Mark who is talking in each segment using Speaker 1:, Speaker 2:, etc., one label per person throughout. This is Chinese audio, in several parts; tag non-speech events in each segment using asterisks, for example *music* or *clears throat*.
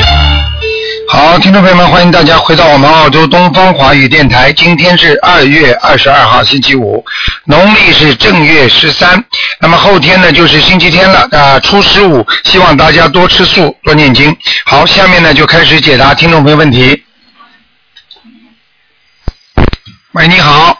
Speaker 1: 好，听众朋友们，欢迎大家回到我们澳洲东方华语电台。今天是二月二十二号，星期五，农历是正月十三。那么后天呢，就是星期天了，啊、初十五，希望大家多吃素，多念经。好，下面呢就开始解答听众朋友问题。喂，你好，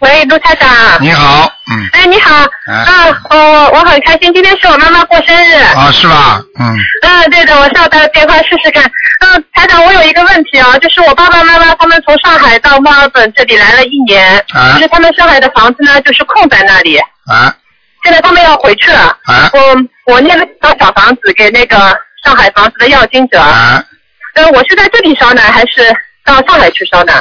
Speaker 2: 喂，卢台长。
Speaker 1: 你好，嗯，
Speaker 2: 哎，你好。
Speaker 1: 哎
Speaker 2: 啊，我我我很开心，今天是我妈妈过生日。
Speaker 1: 啊，是吧？嗯，
Speaker 2: 嗯，对的，我上打电话试试看。嗯，台长，我有一个问题啊，就是我爸爸妈妈他们从上海到墨尔本这里来了一年，
Speaker 1: 啊
Speaker 2: 就是他们上海的房子呢，就是空在那里，
Speaker 1: 啊
Speaker 2: 现在他们要回去了。
Speaker 1: 啊
Speaker 2: 我我念了几套小房子给那个上海房子的要经者，
Speaker 1: 啊
Speaker 2: 呃，我是在这里烧呢，还是到上海去烧呢？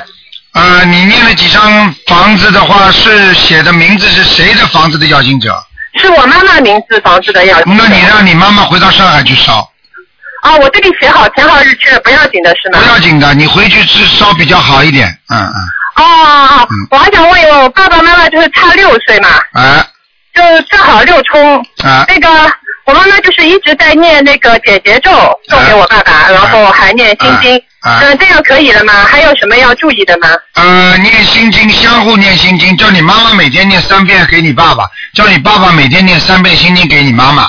Speaker 1: 啊！你念了几张房子的话，是写的名字是谁的房子的要经者？
Speaker 2: 是我妈妈名字房子的要经者。
Speaker 1: 那你让你妈妈回到上海去烧，
Speaker 2: 啊，我这里写好填好日期了，不要紧的是
Speaker 1: 不
Speaker 2: 吗？
Speaker 1: 要紧的，你回去吃烧比较好一点。嗯嗯，
Speaker 2: 哦哦哦
Speaker 1: 嗯，
Speaker 2: 我还想问一问，我爸爸妈妈就是差六岁嘛，
Speaker 1: 哎
Speaker 2: 就正好六冲。
Speaker 1: 哎
Speaker 2: 那个我妈妈就是一直在念那个解结咒
Speaker 1: 啊
Speaker 2: 送给我爸爸，然后还念心经。
Speaker 1: 哎哎
Speaker 2: 嗯，这样可以了吗？还有什么要注意的吗？
Speaker 1: 呃，念心经，相互念心经，叫你妈妈每天念三遍给你爸爸，叫你爸爸每天念三遍心经给你妈妈。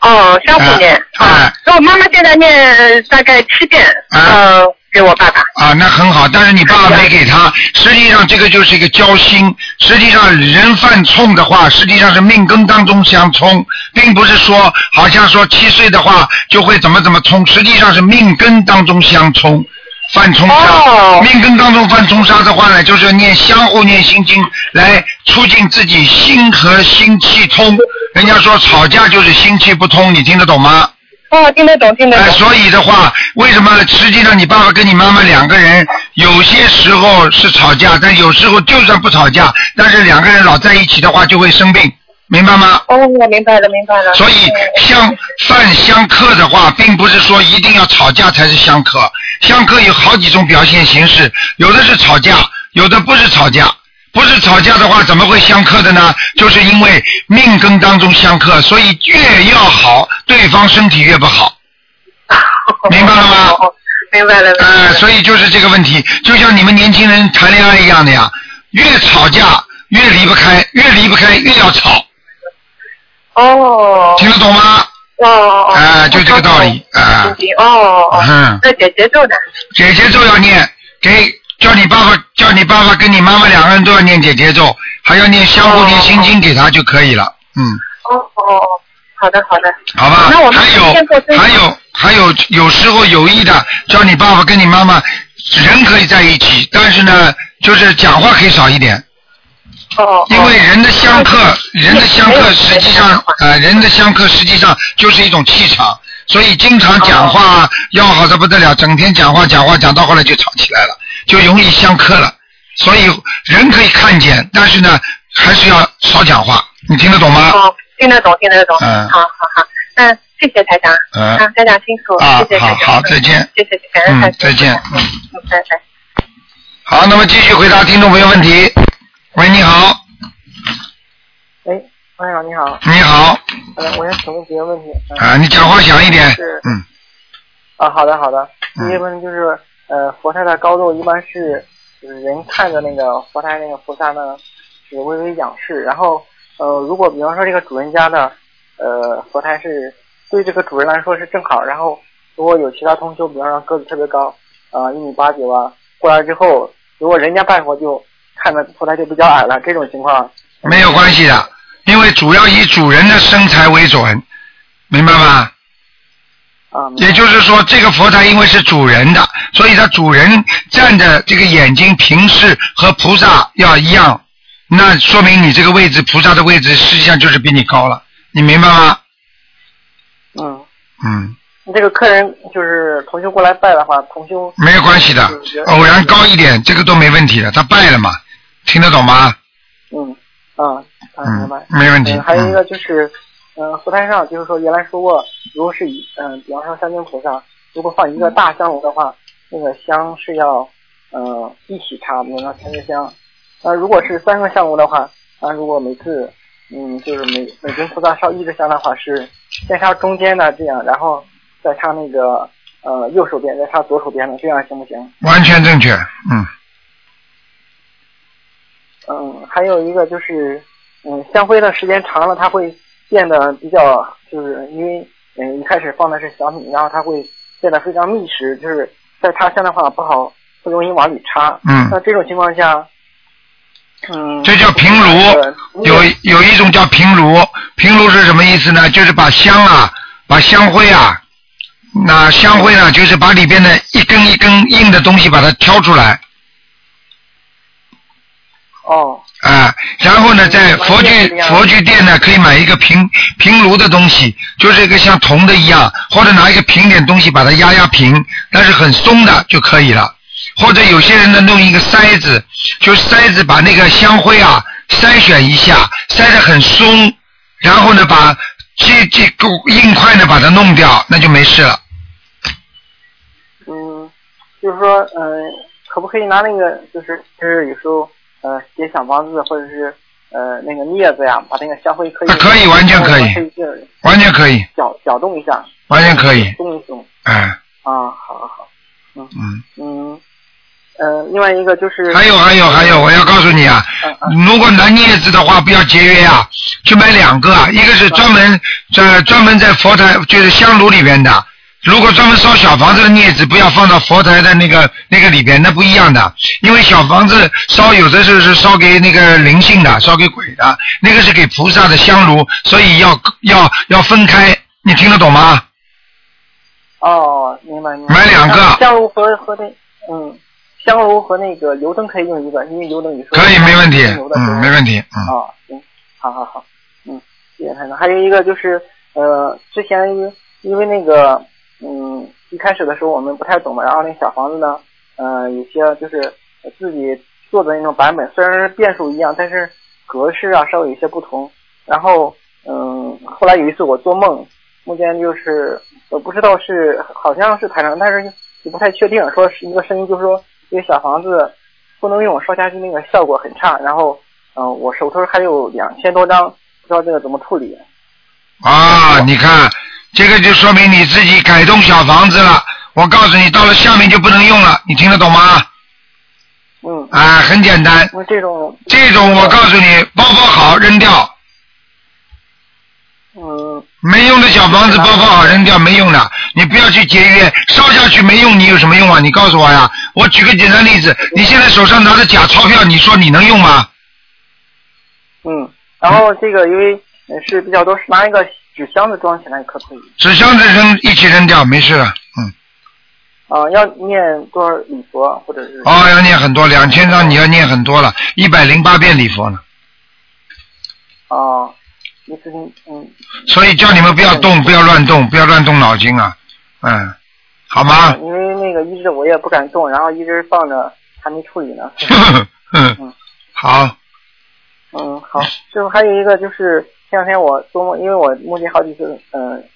Speaker 2: 哦，相互念。
Speaker 1: 哎哎
Speaker 2: 啊，那我妈妈现在念呃大概七遍，
Speaker 1: 哎
Speaker 2: 呃，给我爸爸。
Speaker 1: 啊，那很好，但是你爸爸没给他，实际上这个就是一个交心。实际上人犯冲的话，实际上是命根当中相冲，并不是说好像说七岁的话就会怎么怎么冲，实际上是命根当中相冲，犯冲杀。
Speaker 2: 哦
Speaker 1: 命根当中犯冲杀的话呢，就是要念相互念心经来促进自己心和心气通。人家说吵架就是心气不通，你听得懂吗？
Speaker 2: 哦，听得懂，听得
Speaker 1: 哎，
Speaker 2: 懂。
Speaker 1: 所以的话，为什么实际上你爸爸跟你妈妈两个人有些时候是吵架，但有时候就算不吵架，但是两个人老在一起的话就会生病，明白吗？
Speaker 2: 哦，我明白了，明白了。
Speaker 1: 所以相犯相克的话，并不是说一定要吵架才是相克，相克有好几种表现形式，有的是吵架，有的不是吵架。不是吵架的话，怎么会相克的呢？就是因为命根当中相克，所以越要好，对方身体越不
Speaker 2: *laughs*
Speaker 1: 好。明白了吗
Speaker 2: 哦？哦明白了。明白了
Speaker 1: 呃，所以就是这个问题，就像你们年轻人谈恋爱一样的呀，越吵架越离不开，越离不开越要吵，
Speaker 2: 哦。
Speaker 1: 听得懂吗？
Speaker 2: 哦哦哦。
Speaker 1: 哎就这个道理哎
Speaker 2: 心经哦哦。
Speaker 1: 嗯
Speaker 2: 哦。那解节奏的。
Speaker 1: 姐姐咒要念，给叫你爸爸叫你爸爸跟你妈妈两个人都要念姐姐咒，还要念相互念心经给他就可以了，嗯，
Speaker 2: 哦哦哦，好的好的。
Speaker 1: 好吧
Speaker 2: 那我？们
Speaker 1: 还
Speaker 2: 先过生
Speaker 1: 有
Speaker 2: 日
Speaker 1: 还有还有，有时候有意的叫你爸爸跟你妈妈人可以在一起，但是呢，就是讲话可以少一点。
Speaker 2: 哦哦。
Speaker 1: 因为人的相克，
Speaker 3: 嗯
Speaker 1: 人的相克实际上，呃，人的相克实际上就是一种气场，所以经常讲话要好的不得了，整天讲话讲话讲到后来就吵起来了，就容易相克了。所以人可以看见，但是呢，还是要少讲话，你听得懂吗？
Speaker 2: 哦，听得懂听得懂。
Speaker 1: 嗯
Speaker 2: 好好好，嗯，谢谢台长。
Speaker 1: 嗯
Speaker 2: 啊，台长辛苦。
Speaker 1: 啊
Speaker 2: 谢谢台长。
Speaker 1: 好好再见
Speaker 2: 谢谢，感恩台
Speaker 1: 嗯
Speaker 2: 长，
Speaker 1: 再见。
Speaker 2: 嗯，嗯拜拜。
Speaker 1: 好，那么继续回答听众朋友问题。喂，你好，
Speaker 4: 喂，班长哎你好，
Speaker 1: 你好，
Speaker 4: 呃，我想请问几个问题。嗯、
Speaker 1: 啊，你讲话响一点
Speaker 4: 是，
Speaker 1: 嗯，
Speaker 4: 啊，好的好的。
Speaker 1: 嗯
Speaker 4: 第一个问题就是，呃，佛台的高度一般是，就是人看着那个佛台那个菩萨呢，是微微仰视。然后，呃，如果比方说这个主人家的，呃，佛台是对这个主人来说是正好，然后如果有其他同修，比方说个子特别高，啊、一米八九啊，过来之后，如果人家拜佛就看着佛台就比较矮了，这种情况
Speaker 1: 没有关系的，因为主要以主人的身材为准，明白吗？
Speaker 4: 啊，
Speaker 1: 也就是说，这个佛台因为是主人的，所以它主人站的这个眼睛平视和菩萨要一样，那说明你这个位置菩萨的位置实际上就是比你高了，你明白吗？
Speaker 4: 嗯。
Speaker 1: 嗯，
Speaker 4: 这个客人就是同修过来拜的话，同修
Speaker 1: 没有关系的，偶然高一点这个都没问题的，他拜了嘛，听得懂吗？
Speaker 4: 嗯啊啊明
Speaker 1: 嗯
Speaker 4: 白，。
Speaker 1: 没问题
Speaker 4: 嗯，。还有一个就是嗯，佛台上就是说原来说过，如果是一嗯、比方说三尊菩萨，如果放一个大香炉的话，那个香是要嗯一起插，比方说三支香。那如果是三个香炉的话，那如果每次嗯就是每每尊菩萨烧一支香的话，是先插中间的这样，然后再插那个呃右手边，再插左手边的，这样行不行？
Speaker 1: 完全正确，嗯，
Speaker 4: 嗯，还有一个就是，嗯，香灰的时间长了，它会变得比较，就是因为，嗯，一开始放的是小米，然后它会变得非常密实，就是在插香的话不好，不容易往里插。
Speaker 1: 嗯
Speaker 4: 那这种情况下，嗯，
Speaker 1: 这叫平
Speaker 4: 呃
Speaker 1: 炉，有有一种叫平炉，平炉是什么意思呢？就是把香啊，把香灰啊，那香灰呢，就是把里边的一根一根硬的东西把它挑出来，
Speaker 4: 哦，
Speaker 1: 啊，然后呢，在佛具佛具店呢，可以买一个平平炉的东西，就是一个像铜的一样，或者拿一个平点东西把它压压平，但是很松的就可以了。或者有些人呢，弄一个筛子，就筛子把那个香灰啊筛选一下，筛得很松，然后呢，把这这个硬块呢把它弄掉，那就没事了。
Speaker 4: 嗯，就是说，嗯、可不可以拿那个，就是就是有时候，呃，写小房子或者是呃那个镊子呀，把那个香灰可以，
Speaker 1: 啊可以完全可以
Speaker 4: 就是
Speaker 1: 完全可以，
Speaker 4: 搅搅动一下，
Speaker 1: 完全可以，
Speaker 4: 动一动。
Speaker 1: 哎，
Speaker 4: 啊，好好好，
Speaker 1: 嗯。
Speaker 4: 嗯，呃，另外一个就是，
Speaker 1: 还有还有还有，我要告诉你啊，
Speaker 4: 嗯
Speaker 1: 如果拿镊子的话，不要节约啊，去买两个
Speaker 4: 嗯
Speaker 1: 啊，一个是专门在专门在佛台就是香炉里边的，如果专门烧小房子的镊子，不要放到佛台的那个那个里边，那不一样的，因为小房子烧有的时候是烧给那个灵性的，烧给鬼的，那个是给菩萨的香炉，所以要要要分开，你听得懂吗？
Speaker 4: 哦，明白明白。
Speaker 1: 买两个
Speaker 4: 香炉和和那嗯，香炉和那个油灯可以用一个，因为油灯你说
Speaker 1: 可以，没问题
Speaker 4: 用油，的
Speaker 1: 嗯，没问题，嗯。
Speaker 4: 哦，行，好好好，嗯，谢谢台长。还有一个就是，呃，之前因为因为那个，嗯，一开始的时候我们不太懂嘛，然后那小房子呢，呃，有些就是自己做的那种版本，虽然是变数一样，但是格式啊稍微有一些不同。然后，嗯，后来有一次我做梦，梦见就是我不知道是好像是台长，但是也不太确定，说是一个声音，就是说这个小房子不能用，烧家具那个效果很差，然后。嗯、我手头还有两千多张，不知道这个怎么处理。
Speaker 1: 啊，你看，这个就说明你自己改动小房子了。我告诉你，到了下面就不能用了，你听得懂吗？
Speaker 4: 嗯，
Speaker 1: 啊，很简单，
Speaker 4: 那这种，
Speaker 1: 这种我告诉你，包包好扔掉，
Speaker 4: 嗯，
Speaker 1: 没用的小房子包包好扔掉，没用的，你不要去节约，烧下去没用，你有什么用啊？你告诉我呀。我举个简单例子，你现在手上拿着假钞票，你说你能用吗？
Speaker 4: 嗯，然后这个因为呃是比较多，是拿一个纸箱子装起来可不可以？
Speaker 1: 纸箱子扔一起扔掉，没事了，嗯。
Speaker 4: 啊、要念多少礼佛啊或者是？
Speaker 1: 哦，要念很多，两千张你要念很多了，一百零八遍礼佛呢。
Speaker 4: 啊、一次性，嗯，
Speaker 1: 所以叫你们不要动，不要乱动，不要乱动脑筋啊，嗯，好吗？
Speaker 4: 因为那个一直我也不敢动，然后一直放着还没处理
Speaker 1: *laughs*
Speaker 4: 呢。
Speaker 1: 嗯，好，
Speaker 4: 嗯，好，师傅还有一个就是前两天我做梦，因为我梦见好几次，
Speaker 5: 呃
Speaker 4: 嗯，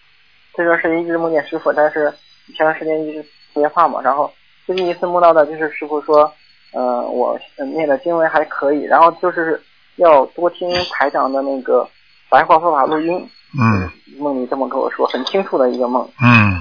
Speaker 4: 这段时间一直梦见师傅，但是前段时间一直打电话嘛，然后最近一次梦到的就是师傅说，呃，我呃念的经文还可以，然后就是要多听台长的那个白话佛法录音，
Speaker 1: 嗯
Speaker 4: 梦里这么跟我说，很清楚的一个梦。
Speaker 1: 嗯，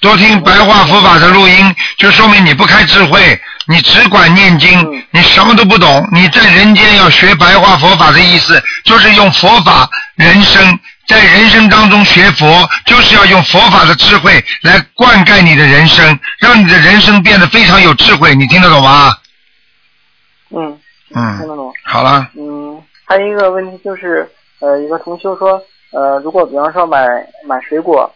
Speaker 1: 多听白话佛法的录音，就说明你不开智慧，你只管念经
Speaker 4: 嗯，
Speaker 1: 你什么都不懂。你在人间要学白话佛法的意思，就是用佛法人生，在人生当中学佛，就是要用佛法的智慧来灌溉你的人生，让你的人生变得非常有智慧。你听得懂吗？
Speaker 4: 嗯，
Speaker 1: 嗯
Speaker 4: 听得懂。
Speaker 1: 好了，
Speaker 4: 嗯，还有一个问题就是，呃，有个同修说，呃，如果比方说买买水果，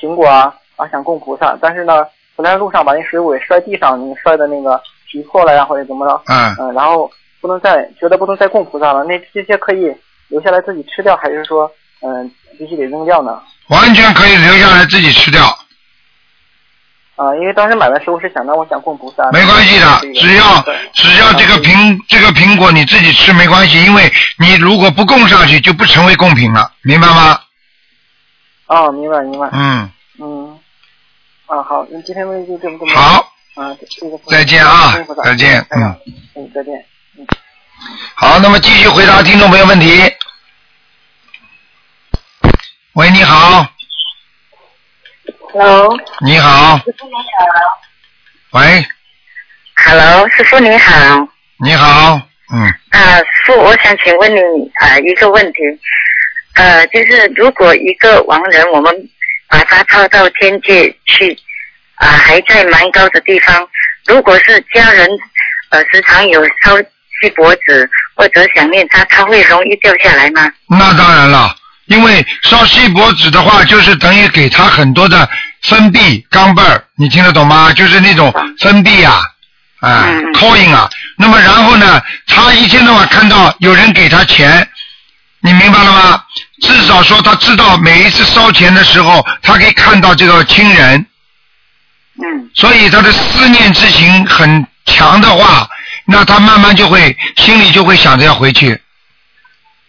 Speaker 4: 苹果啊，啊想供菩萨，但是呢，回来路上把那水果给摔地上，你摔的那个皮破了呀，或者怎么着，
Speaker 1: 嗯。
Speaker 4: 嗯、然后不能再觉得不能再供菩萨了，那这些可以留下来自己吃掉，还是说，嗯、必须得扔掉呢？
Speaker 1: 完全可以留下来自己吃掉。
Speaker 4: 啊、因为当时买的时候是想让我想供菩萨。
Speaker 1: 没关系的
Speaker 4: 这，啊个
Speaker 1: 只要
Speaker 4: 对
Speaker 1: 只要这个苹这个苹果你自己吃没关系，因为你如果不供上去就不成为贡品了，明白吗？
Speaker 4: 哦，明白明白。
Speaker 1: 嗯，
Speaker 4: 嗯，啊好，那今天问题就这么多。
Speaker 1: 好，
Speaker 4: 啊，这个
Speaker 1: 再见啊
Speaker 4: 辛苦了
Speaker 1: 再见
Speaker 4: 哎呀嗯，再见。
Speaker 1: 好，那么继续回答听众朋友问题。喂，你好，
Speaker 6: Hello，
Speaker 1: 你好，喂，
Speaker 6: Hello，师傅你好。
Speaker 1: 你好，嗯，
Speaker 6: 啊，师傅，我想请问你啊、呃一个问题，呃，就是如果一个亡人，我们把他抄到天界去，啊、还在蛮高的地方，如果是家人呃时常有抄系脖子或者想念他，他会容易掉下来吗？
Speaker 1: 那当然了，因为烧锡箔纸的话，就是等于给他很多的分币钢镚儿，你听得懂吗？就是那种分币啊，啊、
Speaker 6: 嗯
Speaker 1: c o i n 啊。那么然后呢，他一天到晚看到有人给他钱，你明白了吗？至少说他知道每一次烧钱的时候，他可以看到这个亲人，
Speaker 6: 嗯
Speaker 1: 所以他的思念之情很强的话，那他慢慢就会心里就会想着要回去。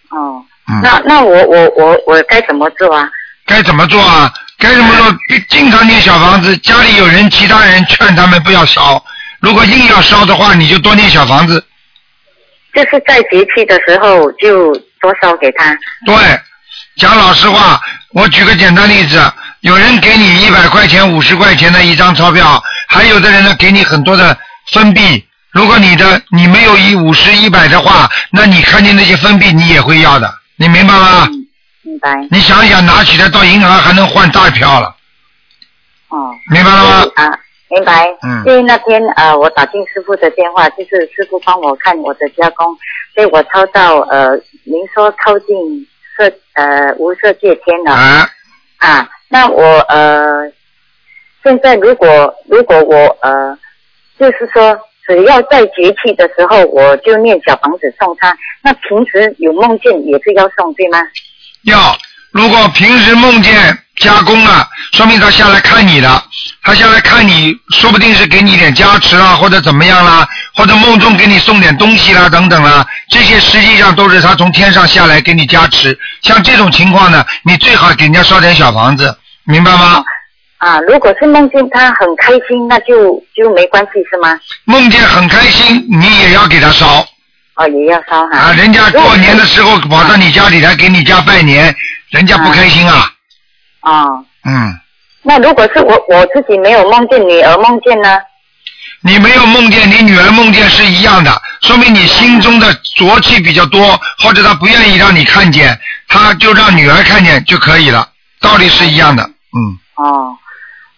Speaker 6: 哦，
Speaker 1: 嗯。
Speaker 6: 那那我我我我该怎么做啊？
Speaker 1: 该怎么做啊？该怎么做？必经常念小房子，家里有人，其他人劝他们不要烧。如果硬要烧的话，你就多念小房子。
Speaker 6: 就是在节气的时候就多烧给他。
Speaker 1: 对，讲老实话，我举个简单例子，有人给你一百块钱、五十块钱的一张钞票，还有的人呢给你很多的分币。如果你的你没有一五十、一百的话，那你看见那些分币，你也会要的，你明白吗？
Speaker 6: 嗯，明白。
Speaker 1: 你想一想，拿起来到银行还能换大票了，
Speaker 6: 哦。
Speaker 1: 明白了吗？
Speaker 6: 啊，明白。
Speaker 1: 嗯
Speaker 6: 因为那天呃，我打进师傅的电话，就是师傅帮我看我的加工，所以我抄到呃，您说抄进色呃无色界天了啊
Speaker 1: 啊，
Speaker 6: 那我呃，现在如果如果我呃，就是说只要在节气的时候，我就念小房子送他。那平时有梦见也是要送对吗？
Speaker 1: 要，如果平时梦见加工了，说明他下来看你了，他下来看你，说不定是给你点加持啊，或者怎么样啦，或者梦中给你送点东西啦，等等啦，这些实际上都是他从天上下来给你加持。像这种情况呢，你最好给人家烧点小房子，明白吗？
Speaker 6: 啊，如果是梦见他很开心，那就就没关系是吗？
Speaker 1: 梦见很开心，你也要给他烧
Speaker 6: 哦，也要烧哈。
Speaker 1: 啊。人家过年的时候跑到你家里来给你家拜年，人家不开心啊。
Speaker 6: 哦，
Speaker 1: 嗯，
Speaker 6: 那如果是我我自己没有梦见女儿梦见呢？
Speaker 1: 你没有梦见，你女儿梦见是一样的，说明你心中的浊气比较多，或者她不愿意让你看见，她就让女儿看见就可以了，道理是一样的。嗯，
Speaker 6: 哦，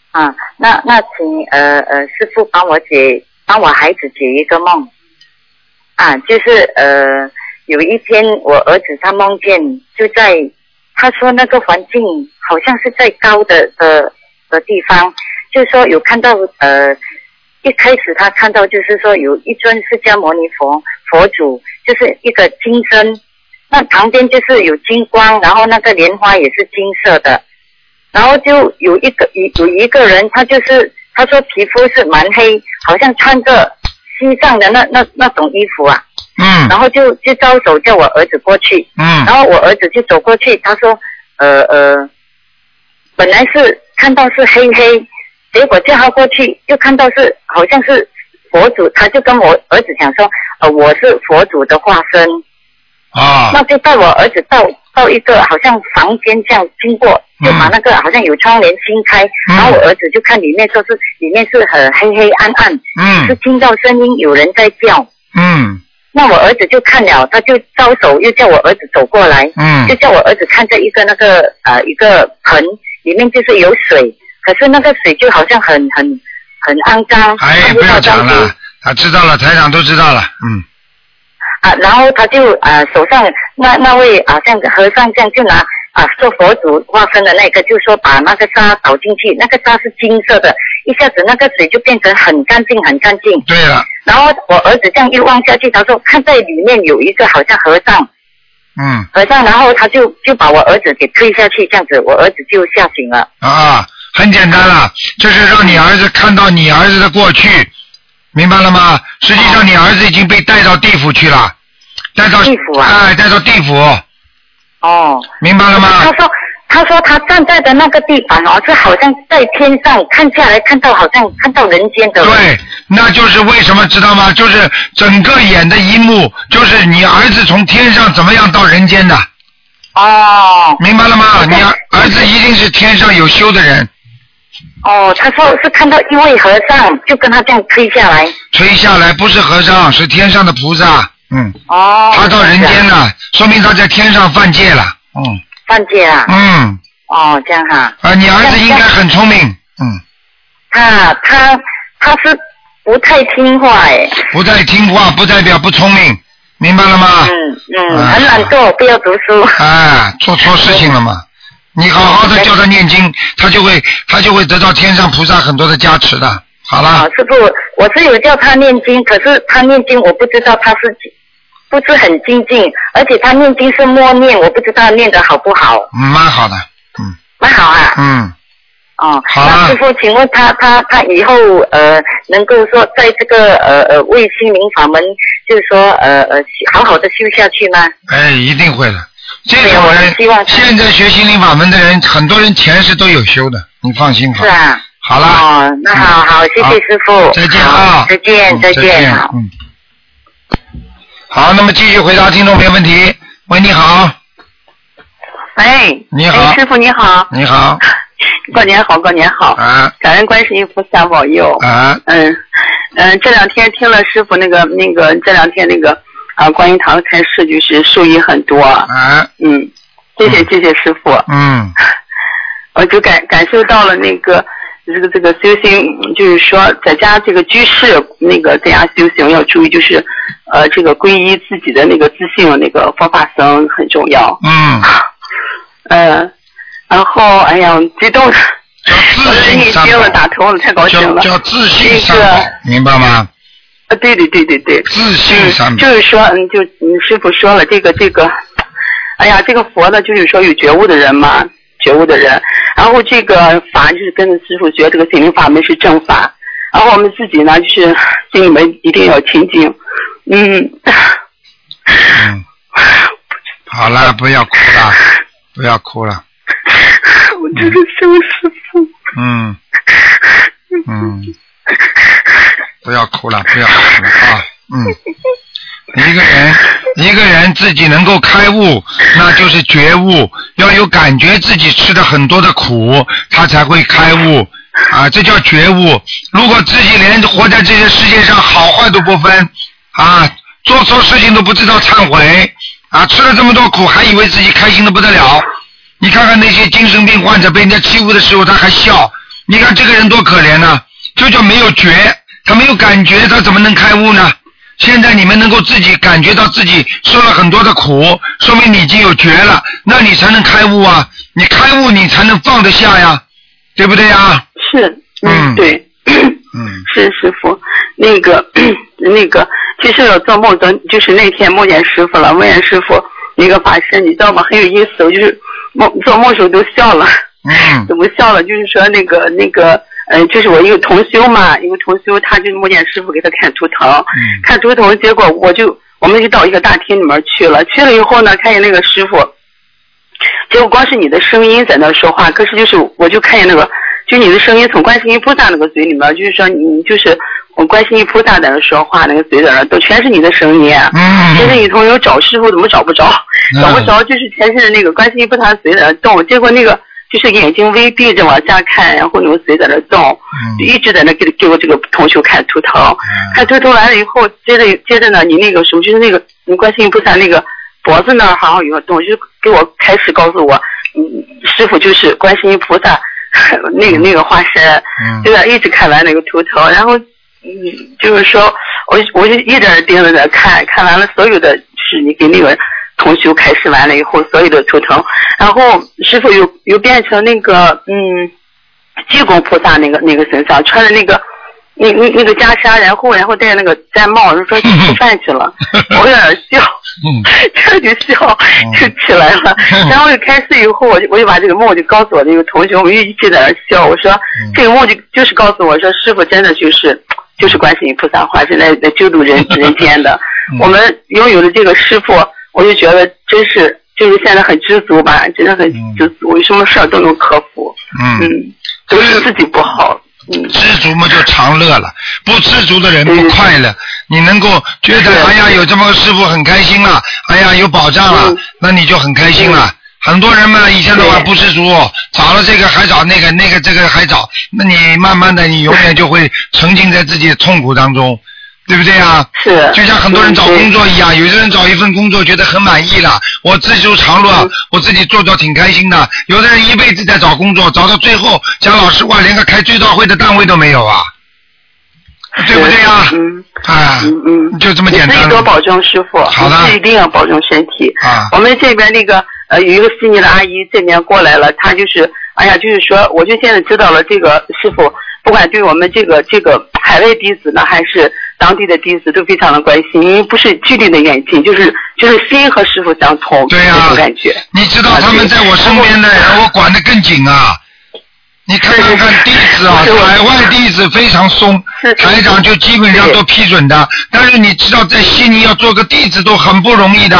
Speaker 6: 啊，那那请呃呃师傅帮我解帮我孩子解一个梦，啊，就是呃有一天我儿子他梦见就在他说那个环境好像是在高的的的地方，就说有看到呃一开始他看到就是说有一尊释迦牟尼佛佛祖，就是一个金身，那旁边就是有金光，然后那个莲花也是金色的。然后就有一个有有一个人，他就是他说皮肤是蛮黑，好像穿着西藏的那那那种衣服啊，
Speaker 1: 嗯
Speaker 6: 然后就就招手叫我儿子过去，然
Speaker 1: 嗯
Speaker 6: 后我儿子就走过去，他说，呃呃，本来是看到是黑黑，结果叫他过去就看到是好像是佛祖，他就跟我儿子讲说，呃，我是佛祖的化身，
Speaker 1: 啊
Speaker 6: 那就带我儿子到到一个好像房间这样经过，
Speaker 1: 嗯
Speaker 6: 就把那个好像有窗帘轻开，
Speaker 1: 嗯
Speaker 6: 然后我儿子就看里面说是里面是很黑黑暗暗，就
Speaker 1: 嗯
Speaker 6: 听到声音有人在叫，
Speaker 1: 嗯
Speaker 6: 那我儿子就看了，他就招手又叫我儿子走过来，就
Speaker 1: 嗯
Speaker 6: 叫我儿子看着一个那个呃一个盆里面就是有水，可是那个水就好像很很很肮脏，
Speaker 1: 哎，
Speaker 6: 看
Speaker 1: 不
Speaker 6: 到
Speaker 1: 要讲
Speaker 6: 脏兮
Speaker 1: 了，啊，知道了，台长都知道了。嗯
Speaker 6: 啊，然后他就啊手上那那位啊像和尚这样就拿啊做佛祖化身的那个，就说把那个沙倒进去，那个沙是金色的，一下子那个水就变成很干净很干净。
Speaker 1: 对了，
Speaker 6: 然后我儿子这样一望下去，他说看在里面有一个好像和尚，
Speaker 1: 嗯
Speaker 6: 和尚，然后他就就把我儿子给推下去，这样子我儿子就吓醒了。
Speaker 1: 啊，很简单了，就是让你儿子看到你儿子的过去，明白了吗？实际上你儿子已经被带到地府去了，带到
Speaker 6: 地府啊
Speaker 1: 哎，带到地府，
Speaker 6: 哦，
Speaker 1: 明白了吗
Speaker 6: 他？说，他说他站在的那个地方哦，就好像在天上看下来，看到好像看到人间的。。
Speaker 1: 对，那就是为什么知道吗？就是整个演的一幕，就是你儿子从天上怎么样到人间的，
Speaker 6: 哦
Speaker 1: 啊明白了吗？
Speaker 6: 我
Speaker 1: 你
Speaker 6: 在
Speaker 1: 儿儿子一定是天上有修的人，
Speaker 6: 哦，他说是看到一位和尚，就跟他这样推下来。
Speaker 1: 垂下来不是和尚，是天上的菩萨，嗯，
Speaker 6: 哦。
Speaker 1: 他到人
Speaker 6: 这
Speaker 1: 间
Speaker 6: 样
Speaker 1: 了，说明他在天上犯戒了，嗯
Speaker 6: 犯戒啊。
Speaker 1: 嗯，
Speaker 6: 哦，这样哈、
Speaker 1: 啊，你儿子应该很聪明，嗯，
Speaker 6: 他啊他他是不太听话哎，
Speaker 1: 不太听话不代表不聪明，明白了吗？
Speaker 6: 嗯嗯，
Speaker 1: 啊
Speaker 6: 很懒惰，不要读书。
Speaker 1: 哎，做错事情了嘛。你好好的教他念经，他就会他就会得到天上菩萨很多的加持的。好
Speaker 6: 啊
Speaker 1: 了，，
Speaker 6: 师傅，我是有叫他念经，可是他念经，我不知道他是不是很精进，而且他念经是默念，我不知道念的好不好。
Speaker 1: 嗯，蛮好的，嗯
Speaker 6: 那好啊，
Speaker 1: 嗯，
Speaker 6: 哦，
Speaker 1: 好啊
Speaker 6: 那师傅，请问他他他以后呃，能够说在这个呃呃为心灵法门，就是说呃呃好好的修下去吗？
Speaker 1: 哎，一定会的。这
Speaker 6: 对
Speaker 1: 种
Speaker 6: 我
Speaker 1: 人
Speaker 6: 希望他
Speaker 1: 现在学心灵法门的人，很多人前世都有修的，你放心好
Speaker 6: 是。啊。
Speaker 1: 好了，嗯
Speaker 6: 哦，那好好，谢
Speaker 1: 好
Speaker 6: 谢师傅，
Speaker 1: 再见
Speaker 6: 好
Speaker 1: 啊！
Speaker 6: 再见，
Speaker 1: 嗯
Speaker 6: 再
Speaker 1: 再见
Speaker 6: 见，好，
Speaker 1: 嗯。好，那么继续回答听众朋友问题。喂，你好，
Speaker 5: 哎，
Speaker 1: 你好
Speaker 5: 哎，师傅你好，
Speaker 1: 你好，
Speaker 5: 过年好，过年好，
Speaker 1: 啊
Speaker 5: 感恩观世音菩萨保佑。
Speaker 1: 啊，
Speaker 5: 嗯嗯，这两天听了师傅那个那个，这两天那个啊，观音堂的开示就是受益很多。
Speaker 1: 啊，
Speaker 5: 嗯，谢谢谢谢师傅，
Speaker 1: 嗯
Speaker 5: 我就感感受到了那个这个这个修行，就是说在家这个居士那个在家修行要注意，就是呃这个皈依自己的那个自信，那个佛法僧很重要。
Speaker 1: 嗯，
Speaker 5: 嗯，然后哎呀，激动的，
Speaker 1: 叫
Speaker 5: 我
Speaker 1: 自
Speaker 5: 给
Speaker 1: 信
Speaker 5: 你
Speaker 1: 三
Speaker 5: 听
Speaker 1: 宝
Speaker 5: 了，打通了，太高兴
Speaker 1: 叫
Speaker 5: 了。
Speaker 1: 叫自信三宝
Speaker 5: 那个，
Speaker 1: 明白吗？
Speaker 5: 啊，对对对对对，
Speaker 1: 自信三
Speaker 5: 嗯，
Speaker 1: 宝
Speaker 5: 就，是说，嗯，就你师傅说了这个这个，哎呀，这个佛呢，就是说有觉悟的人嘛，觉悟的人，然后这个法就是跟着师傅学这个心灵法门是正法，然后我们自己呢就是心里面一定要清净，嗯，
Speaker 1: 嗯，好了，不要哭
Speaker 5: *laughs*
Speaker 1: 了，不要哭了，
Speaker 5: 我真是受师傅，
Speaker 1: 嗯嗯，不要哭了，不要哭了啊，嗯。一个人，一个人自己能够开悟，那就是觉悟。要有感觉自己吃的很多的苦，他才会开悟啊，这叫觉悟。如果自己连活在这个世界上好坏都不分啊，做错事情都不知道忏悔啊，吃了这么多苦，还以为自己开心的不得了。你看看那些精神病患者被人家欺负的时候，他还笑。你看这个人多可怜呐、就叫没有觉，他没有感觉，他怎么能开悟呢？现在你们能够自己感觉到自己受了很多的苦，说明你已经有觉了，那你才能开悟啊！你开悟，你才能放得下呀，对不对呀？
Speaker 5: 是，
Speaker 1: 嗯
Speaker 5: 对。
Speaker 1: 嗯
Speaker 5: 是师傅，那个那个，其实我做梦昨就是那天梦见师傅了，梦见师傅一个法师，你知道吗？很有意思，我就是梦做梦时候都笑了， *laughs*
Speaker 1: 嗯
Speaker 5: 怎么笑了？就是说那个那个，呃，就是我一个同修嘛，一个同修，他就梦见师傅给他看图腾，
Speaker 1: 嗯
Speaker 5: 看图腾，结果我就我们就到一个大厅里面去了，去了以后呢，看见那个师傅，结果光是你的声音在那说话，可是就是我就看见那个，就你的声音从观世音菩萨那个嘴里面，就是说你就是我观世音菩萨在那说话，那个嘴在那都全是你的声音。啊全是
Speaker 1: 嗯
Speaker 5: 你同学找师傅怎么找不着，
Speaker 1: 嗯
Speaker 5: 找不着就是全是那个观世音菩萨嘴在那动，结果那个就是眼睛微闭着往下看，然后那个嘴在那动，
Speaker 1: 嗯
Speaker 5: 就一直在那给给我这个同学看图腾，看图腾完了以后，接着接着呢，你那个什么，就是那个你观世音菩萨那个脖子那儿好像有个洞，就给我开始告诉我，嗯，师傅就是观世音菩萨 *laughs* 那个那个化身，
Speaker 1: 嗯
Speaker 5: 就在一直看完那个图腾，然后嗯，就是说我我就一点儿盯着那看，看完了所有的，就是你给那个同修开始完了以后，所有的图腾，然后师傅又又变成那个嗯，济公菩萨那个那个形象，穿着那个。那那那个袈裟，然后然后戴那个毡帽，就说去吃饭去了，我有点笑，这就笑就起来了。然后就开始以后，我就我就把这个梦就告诉我那个同学，我们就一起在那笑。我说这个梦就就是告诉我说，师傅真的就是就是观世音菩萨化身来来救
Speaker 1: *laughs*
Speaker 5: 度人人间的。
Speaker 1: 嗯
Speaker 5: 我们拥有了这个师傅，我就觉得真是就是现在很知足吧，真的很知足，有什么事儿都能克服。
Speaker 1: 嗯，
Speaker 5: 嗯，都是自己不好。嗯，
Speaker 1: 知足嘛就常乐了，不知足的人不快乐。你能够觉得哎呀有这么个师傅很开心了，哎呀有保障
Speaker 5: 嗯
Speaker 1: 了，那你就很开心了。很多人嘛，以前的话不知足，找了这个还找那个，那个这个还找，那你慢慢的你永远就会沉浸在自己的痛苦当中，对不对啊？
Speaker 5: 是
Speaker 1: 就像很多人找工作一样，有的人找一份工作觉得很满意了，我知足常乐，啊我自己做做挺开心的。有的人一辈子在找工作，找到最后讲老实话，连个开追悼会的单位都没有啊，对不对啊？
Speaker 5: 嗯
Speaker 1: 啊，
Speaker 5: 嗯嗯，
Speaker 1: 就这么简单
Speaker 5: 你自己多保重，师傅。
Speaker 1: 好的
Speaker 5: 你自己一定要保重身体。
Speaker 1: 啊
Speaker 5: 我们这边那个呃有一个悉尼的阿姨这边过来了，她就是哎呀，就是说，我就现在知道了这个师傅，不管对我们这个这个海外弟子呢，还是当地的弟子都非常的关心，因为不是距离的远近，就是就是心和师傅相通，
Speaker 1: 对呀
Speaker 5: 这种感觉。
Speaker 1: 你知道他们在我身边的，我管得更紧啊。你看看看弟子啊，
Speaker 5: 是
Speaker 1: 海外弟子非常松，台长就基本上都批准的。但是你知道，在悉尼要做个弟子都很不容易的。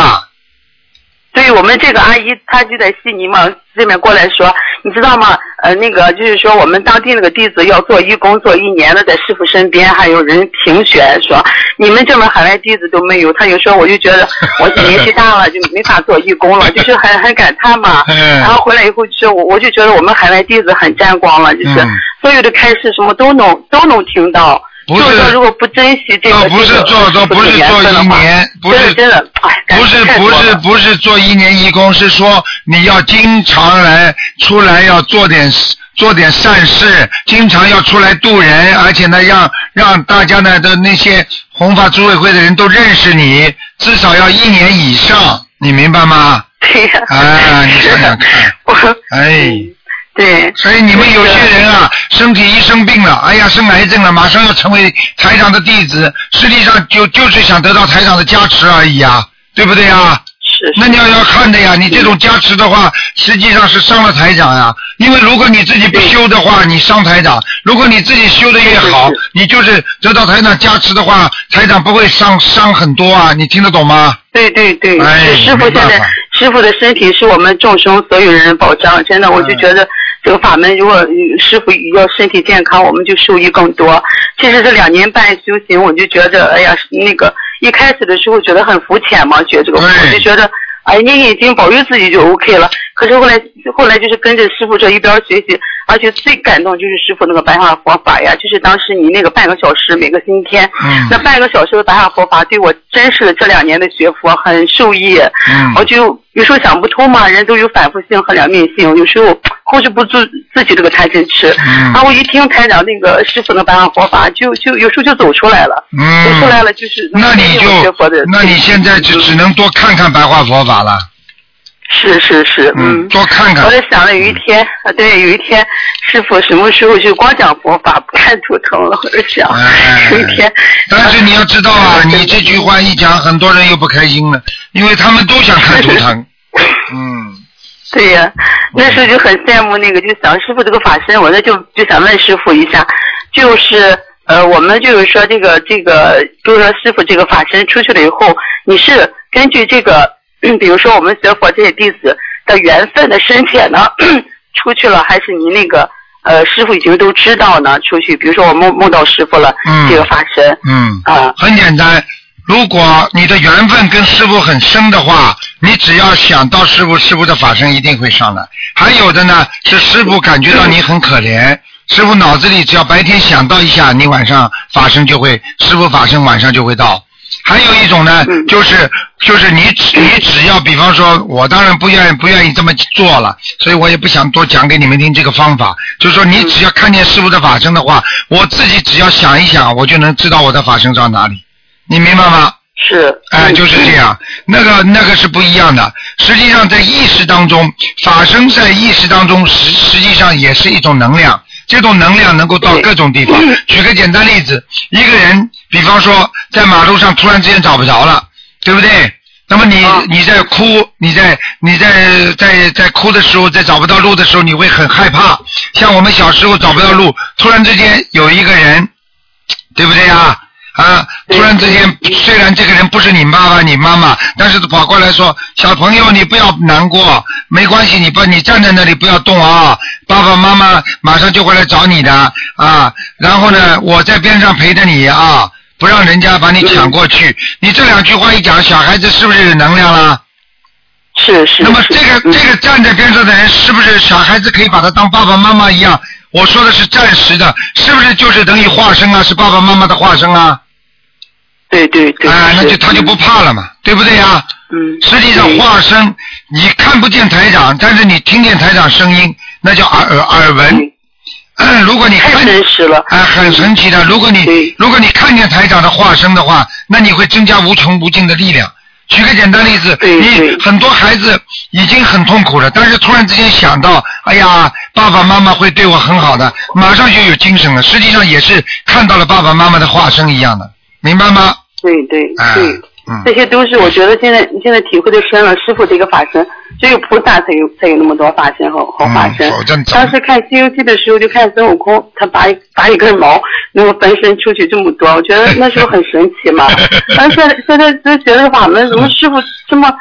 Speaker 5: 对我们这个阿姨，她就在悉尼嘛，这边过来说，你知道吗？呃，那个就是说，我们当地那个弟子要做义工，做一年的，在师傅身边，还有人评选说，你们这边海外弟子都没有。她就说，我就
Speaker 1: *laughs*
Speaker 5: 觉得我年纪大了，就没法做义工了，就是很很感叹嘛。
Speaker 1: *laughs* 嗯
Speaker 5: 然后回来以后，就是我我就觉得我们海外弟子很沾光了，就是
Speaker 1: 嗯
Speaker 5: 所有的开示什么都能都能听到。
Speaker 1: 不是
Speaker 5: 就是说，如果不珍惜这
Speaker 1: 倒
Speaker 5: 个，
Speaker 1: 哦不是
Speaker 5: 这个
Speaker 1: 做做
Speaker 5: 这个
Speaker 1: 不是
Speaker 5: 缘
Speaker 1: 做
Speaker 5: 分的
Speaker 1: 一
Speaker 5: 话
Speaker 1: 年不
Speaker 5: 真
Speaker 1: 是
Speaker 5: 的真的，哎，感
Speaker 1: 不
Speaker 5: 觉
Speaker 1: 是
Speaker 5: 太
Speaker 1: 不
Speaker 5: 多
Speaker 1: 是
Speaker 5: 了
Speaker 1: 不是做一年义工，是说你要经常来出来要做点做点善事，经常要出来度人，而且呢让让大家呢的那些红发组委会的人都认识你，至少要一年以上，你明白吗？
Speaker 5: 对呀、
Speaker 1: 啊，你想想看，
Speaker 5: *laughs* 我
Speaker 1: 哎。
Speaker 5: 对，
Speaker 1: 所以你们有些人啊，身体一生病了，哎呀，生癌症了，马上要成为台长的弟子，实际上就就是想得到台长的加持而已啊，对不对啊？
Speaker 5: 是嗯
Speaker 1: 那你要要看的呀，你这种加持的话，实际上是伤了台长呀。因为如果你自己不修的话，你伤台长；如果你自己修的越好
Speaker 5: 是，
Speaker 1: 你就是得到台长加持的话，台长不会伤伤很多啊。你听得懂吗？
Speaker 5: 对对对，
Speaker 1: 哎
Speaker 5: 是师傅现
Speaker 1: 没办
Speaker 5: 在
Speaker 1: 法
Speaker 5: 师傅的身体是我们众生所有人的保障，真的，我就觉得这个法门，如果嗯师傅要身体健康，我们就受益更多。其实这两年半修行，我就觉得，哎呀，那个一开始的时候觉得很肤浅嘛，学这个，
Speaker 1: 对
Speaker 5: 我就觉得。哎，念念经保佑自己就 OK 了。可是后来，后来就是跟着师傅这一边学习，而且最感动就是师傅那个白话佛法呀，就是当时你那个半个小时每个星期天，
Speaker 1: 嗯
Speaker 5: 那半个小时的白话佛法对我真是这两年的学佛很受益。
Speaker 1: 嗯
Speaker 5: 我就有时候想不通嘛，人都有反复性和两面性，有时候控制不住自己这个贪嗔痴。
Speaker 1: 嗯
Speaker 5: 然后我一听台长那个师傅的白话佛法，就就有时候就走出来了，
Speaker 1: 嗯
Speaker 5: 走出来了就是
Speaker 1: 那你
Speaker 5: 能够学
Speaker 1: 就
Speaker 5: 佛的，嗯
Speaker 1: 那你现在只只能多看看白话佛法了，
Speaker 5: 是是是，嗯
Speaker 1: 多看看嗯
Speaker 5: 我。在想了有一天，啊，对，有一天师傅什么时候就光讲佛法，不看图腾了？我就想
Speaker 1: 哎
Speaker 5: 有一天。
Speaker 1: 但是你要知道啊，
Speaker 5: 嗯
Speaker 1: 你这句话一讲，很多人又不开心了，因为他们都想看图
Speaker 5: *laughs*
Speaker 1: 腾。嗯，
Speaker 5: 对呀、那时候就很羡慕那个，就想师傅这个法身，我那就就想问师傅一下，就是呃，我们就是说这个这个，就是说师傅这个法身出去了以后，你是根据这个， *clears throat* 嗯比如说我们学佛这些弟子的缘分的深浅呢， *clears throat* 出去了，还是你那个呃师傅已经都知道呢？出去，比如说我梦梦到师傅了，
Speaker 1: 嗯
Speaker 5: 这个法身
Speaker 1: 嗯，
Speaker 5: 啊，
Speaker 1: 很简单。如果你的缘分跟师傅很深的话，你只要想到师傅，师傅的法身一定会上来。还有的呢，是师傅感觉到你很可怜，师傅脑子里只要白天想到一下，你晚上法身就会，师傅法身晚上就会到。还有一种呢，
Speaker 5: 嗯
Speaker 1: 就是就是你只你只要，比方说，我当然不愿意不愿意这么做了，所以我也不想多讲给你们听这个方法。就是说，你只要看见师傅的法身的话，我自己只要想一想，我就能知道我的法身到哪里，你明白吗？
Speaker 5: 是
Speaker 1: 哎、就是这样，那个那个是不一样的。实际上，在意识当中，法身在意识当中实实际上也是一种能量，这种能量能够到各种地方。举个简单例子，一个人，比方说在马路上突然之间找不着了，对不对？那么你你在哭，你在你在在在哭的时候，在找不到路的时候，你会很害怕。像我们小时候找不到路，突然之间有一个人，对不对啊？啊！突然之间，虽然这个人不是你爸爸、你妈妈，但是跑过来说：“小朋友，你不要难过，没关系，你不你站在那里不要动啊，爸爸妈妈马上就会来找你的啊。然后呢，我在边上陪着你啊，不让人家把你抢过去。你这两句话一讲，小孩子是不是有能量了？
Speaker 5: 是是。嗯
Speaker 1: 那么这个这个站在边上的人，是不是小孩子可以把他当爸爸妈妈一样？我说的是暂时的，是不是就是等于化身啊？是爸爸妈妈的化身啊？
Speaker 5: 对对对。
Speaker 1: 啊，那就他就不怕了嘛，对不对呀、
Speaker 5: 嗯。
Speaker 1: 实际上化身，你看不见台长，但是你听见台长声音，那叫耳耳耳闻。嗯，如果你看
Speaker 5: 真实了，嗯
Speaker 1: 啊，很神奇的。如果你如果你看见台长的化身的话，那你会增加无穷无尽的力量。举个简单例子，你很多孩子已经很痛苦了，但是突然之间想到，哎呀，爸爸妈妈会对我很好的，马上就有精神了。实际上也是看到了爸爸妈妈的化身一样的，明白吗？
Speaker 5: 对对
Speaker 1: 啊
Speaker 5: 对，这些都是我觉得现在你现在体会的深了，师傅这个法身，只有菩萨才有才有那么多法身和和法身。
Speaker 1: 嗯否则
Speaker 5: 当时看《西游记》的时候，就看孙悟空他拔一拔一根毛，能够分身出去这么多，我觉得那时候很神奇
Speaker 1: *laughs*
Speaker 5: 嘛。但是现在现在就觉得法门怎么师傅这么。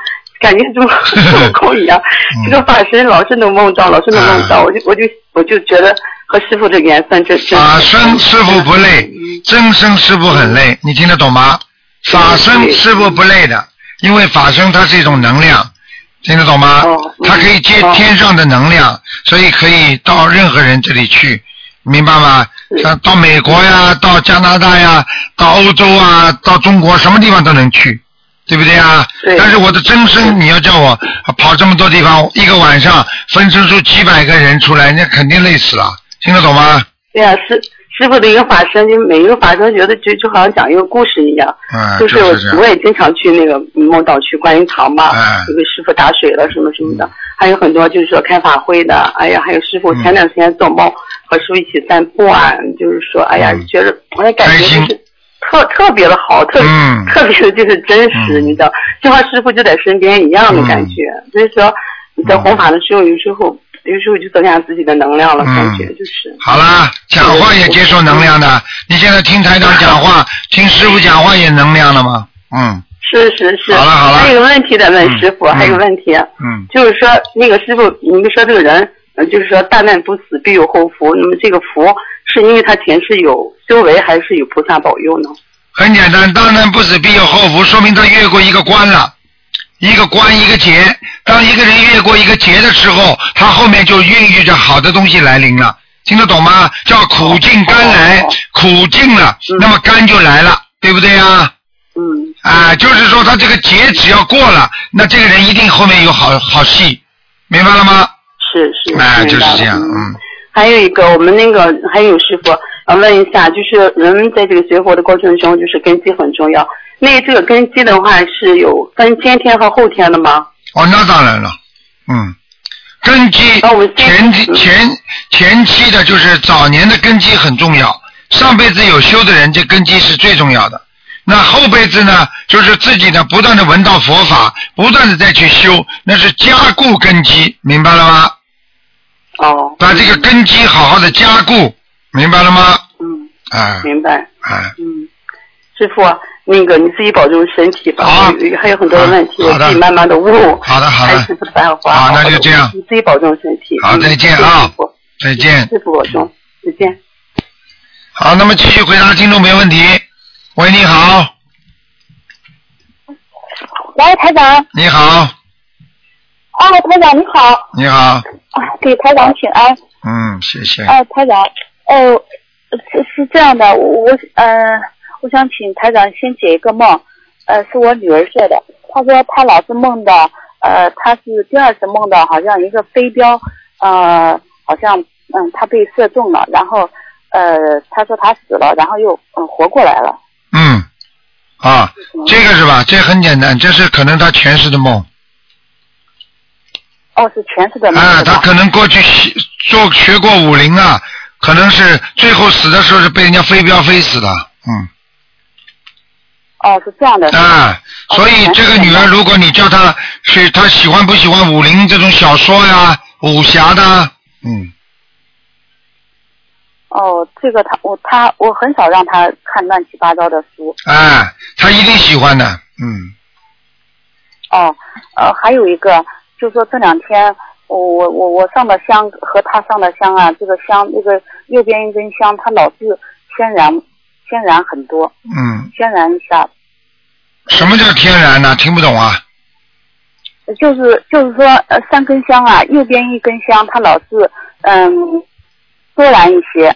Speaker 5: 感觉
Speaker 1: *laughs*
Speaker 5: 就孙悟空一样，
Speaker 1: 嗯
Speaker 5: 这个法身老是能梦到，老是能梦到，我就我就我就觉得和师傅这个缘分真真
Speaker 1: 法身师傅不累，真身师傅很累，你听得懂吗？法身师傅不累的，因为法身它是一种能量，听得懂吗？它可以接天上的能量，所以可以到任何人这里去，明白吗？像到美国呀，到加拿大呀，到欧洲啊，到中国什么地方都能去。对不对啊？但是我的真身，你要叫我啊跑这么多地方，一个晚上分身出几百个人出来，那肯定累死了，听得懂吗？
Speaker 5: 对呀、师师傅的一个法身，就每一个法身觉得就就好像讲一个故事一样。
Speaker 1: 嗯
Speaker 5: 就
Speaker 1: 就是
Speaker 5: 我
Speaker 1: 这样
Speaker 5: 我也经常去那个梦岛去观音堂嘛，
Speaker 1: 嗯
Speaker 5: 就给师傅打水了什么什么的，还有很多就是说开法会的，哎呀，还有师傅前段时间做梦、
Speaker 1: 嗯
Speaker 5: 和师傅一起散步啊，就是说哎呀，觉得我也感觉就是。特特别的好，特、
Speaker 1: 嗯
Speaker 5: 特别的就是真实，你知道，就和师傅就在身边一样的
Speaker 1: 嗯
Speaker 5: 感觉。所以说，你在弘法的时候，有时候有时候就增加自己的能量了，
Speaker 1: 嗯
Speaker 5: 感觉就是。
Speaker 1: 好啦，讲话也接受能量的。你现在听台长讲话，听师傅讲话也能量了吗？嗯
Speaker 5: 是是是。
Speaker 1: 好了好了
Speaker 5: 还有个问题得问师傅，
Speaker 1: 嗯
Speaker 5: 还有个问题，
Speaker 1: 嗯，
Speaker 5: 就是说那个师傅，你们说这个人，呃就是说大难不死必有后福，那么这个福是因为他前世有修为，还是有菩萨保佑呢？
Speaker 1: 很简单，大难不死必有后福，说明他越过一个关了，一个关一个劫。当一个人越过一个劫的时候，他后面就孕育着好的东西来临了，听得懂吗？叫苦尽甘来，苦尽了，那么甘就来了，对不对呀？
Speaker 5: 嗯。
Speaker 1: 啊，就是说他这个劫只要过了，那这个人一定后面有好好戏，明白了吗？
Speaker 5: 是是。
Speaker 1: 哎，就是
Speaker 5: 明白了
Speaker 1: 这样，嗯。
Speaker 5: 还有一个，我们那个还有师傅，呃，问一下，就是人在这个学佛的过程中，就是根基很重要。那这个根基的话是有分先天和后天的吗？
Speaker 1: 哦，那当然了，嗯，根基前期前前期的就是早年的根基很重要，上辈子有修的人，这根基是最重要的。那后辈子呢，就是自己呢不断的闻到佛法，不断的再去修，那是加固根基，明白了吗？
Speaker 5: 哦。
Speaker 1: 把这个根基好好的加固，明白了吗？
Speaker 5: 嗯。
Speaker 1: 啊
Speaker 5: 明白。
Speaker 1: 啊，
Speaker 5: 嗯，师傅，那个你自己保重身体吧。有还有很多的问题，
Speaker 1: 啊好
Speaker 5: 我
Speaker 1: 的
Speaker 5: 自己慢慢的悟。
Speaker 1: 好的好的
Speaker 5: 还是不白话。
Speaker 1: 好那就这样
Speaker 5: 你自己保重身体。
Speaker 1: 好
Speaker 5: 嗯
Speaker 1: 再见
Speaker 5: 谢谢
Speaker 1: 啊
Speaker 5: 师傅
Speaker 1: 再见。
Speaker 5: 师傅保重，再见。
Speaker 1: 好，那么继续回答听众没问题。喂，你好，
Speaker 7: 喂，台长，
Speaker 1: 你好，
Speaker 7: 啊，台长你好，
Speaker 1: 你好，
Speaker 7: 啊，给台长请安，
Speaker 1: 嗯，谢谢。
Speaker 7: 啊，台长，哦，是是这样的，我我呃，我想请台长先解一个梦，呃，是我女儿做的，她说她老是梦到，呃，她是第二次梦到好像一个飞镖，呃，好像嗯，她被射中了，然后呃，她说她死了，然后又嗯活过来了，
Speaker 1: 嗯，啊，这个是吧？这很简单，这是可能他前世的梦
Speaker 7: 哦，是前世的梦
Speaker 1: 啊，
Speaker 7: 是吧
Speaker 1: 他可能过去学做学过武林啊，可能是最后死的时候是被人家飞镖飞死的，嗯。
Speaker 2: 哦，是这样的。
Speaker 1: 啊，
Speaker 7: 哦
Speaker 1: 所以这个女儿，如果你叫她去，她喜欢不喜欢武林这种小说呀、武侠的，嗯，
Speaker 2: 哦，这个他我他我很少让他看乱七八糟的书。
Speaker 1: 哎，她一定喜欢的，嗯，
Speaker 2: 哦，呃，还有一个，就是说这两天我我我我上的香和他上的香啊，这个香那个右边一根香，它老是天然天然很多，
Speaker 1: 嗯，
Speaker 2: 天然一下，
Speaker 1: 什么叫天然呢？听不懂啊？
Speaker 2: 呃就是就是说呃三根香啊，右边一根香它老是嗯多然一些，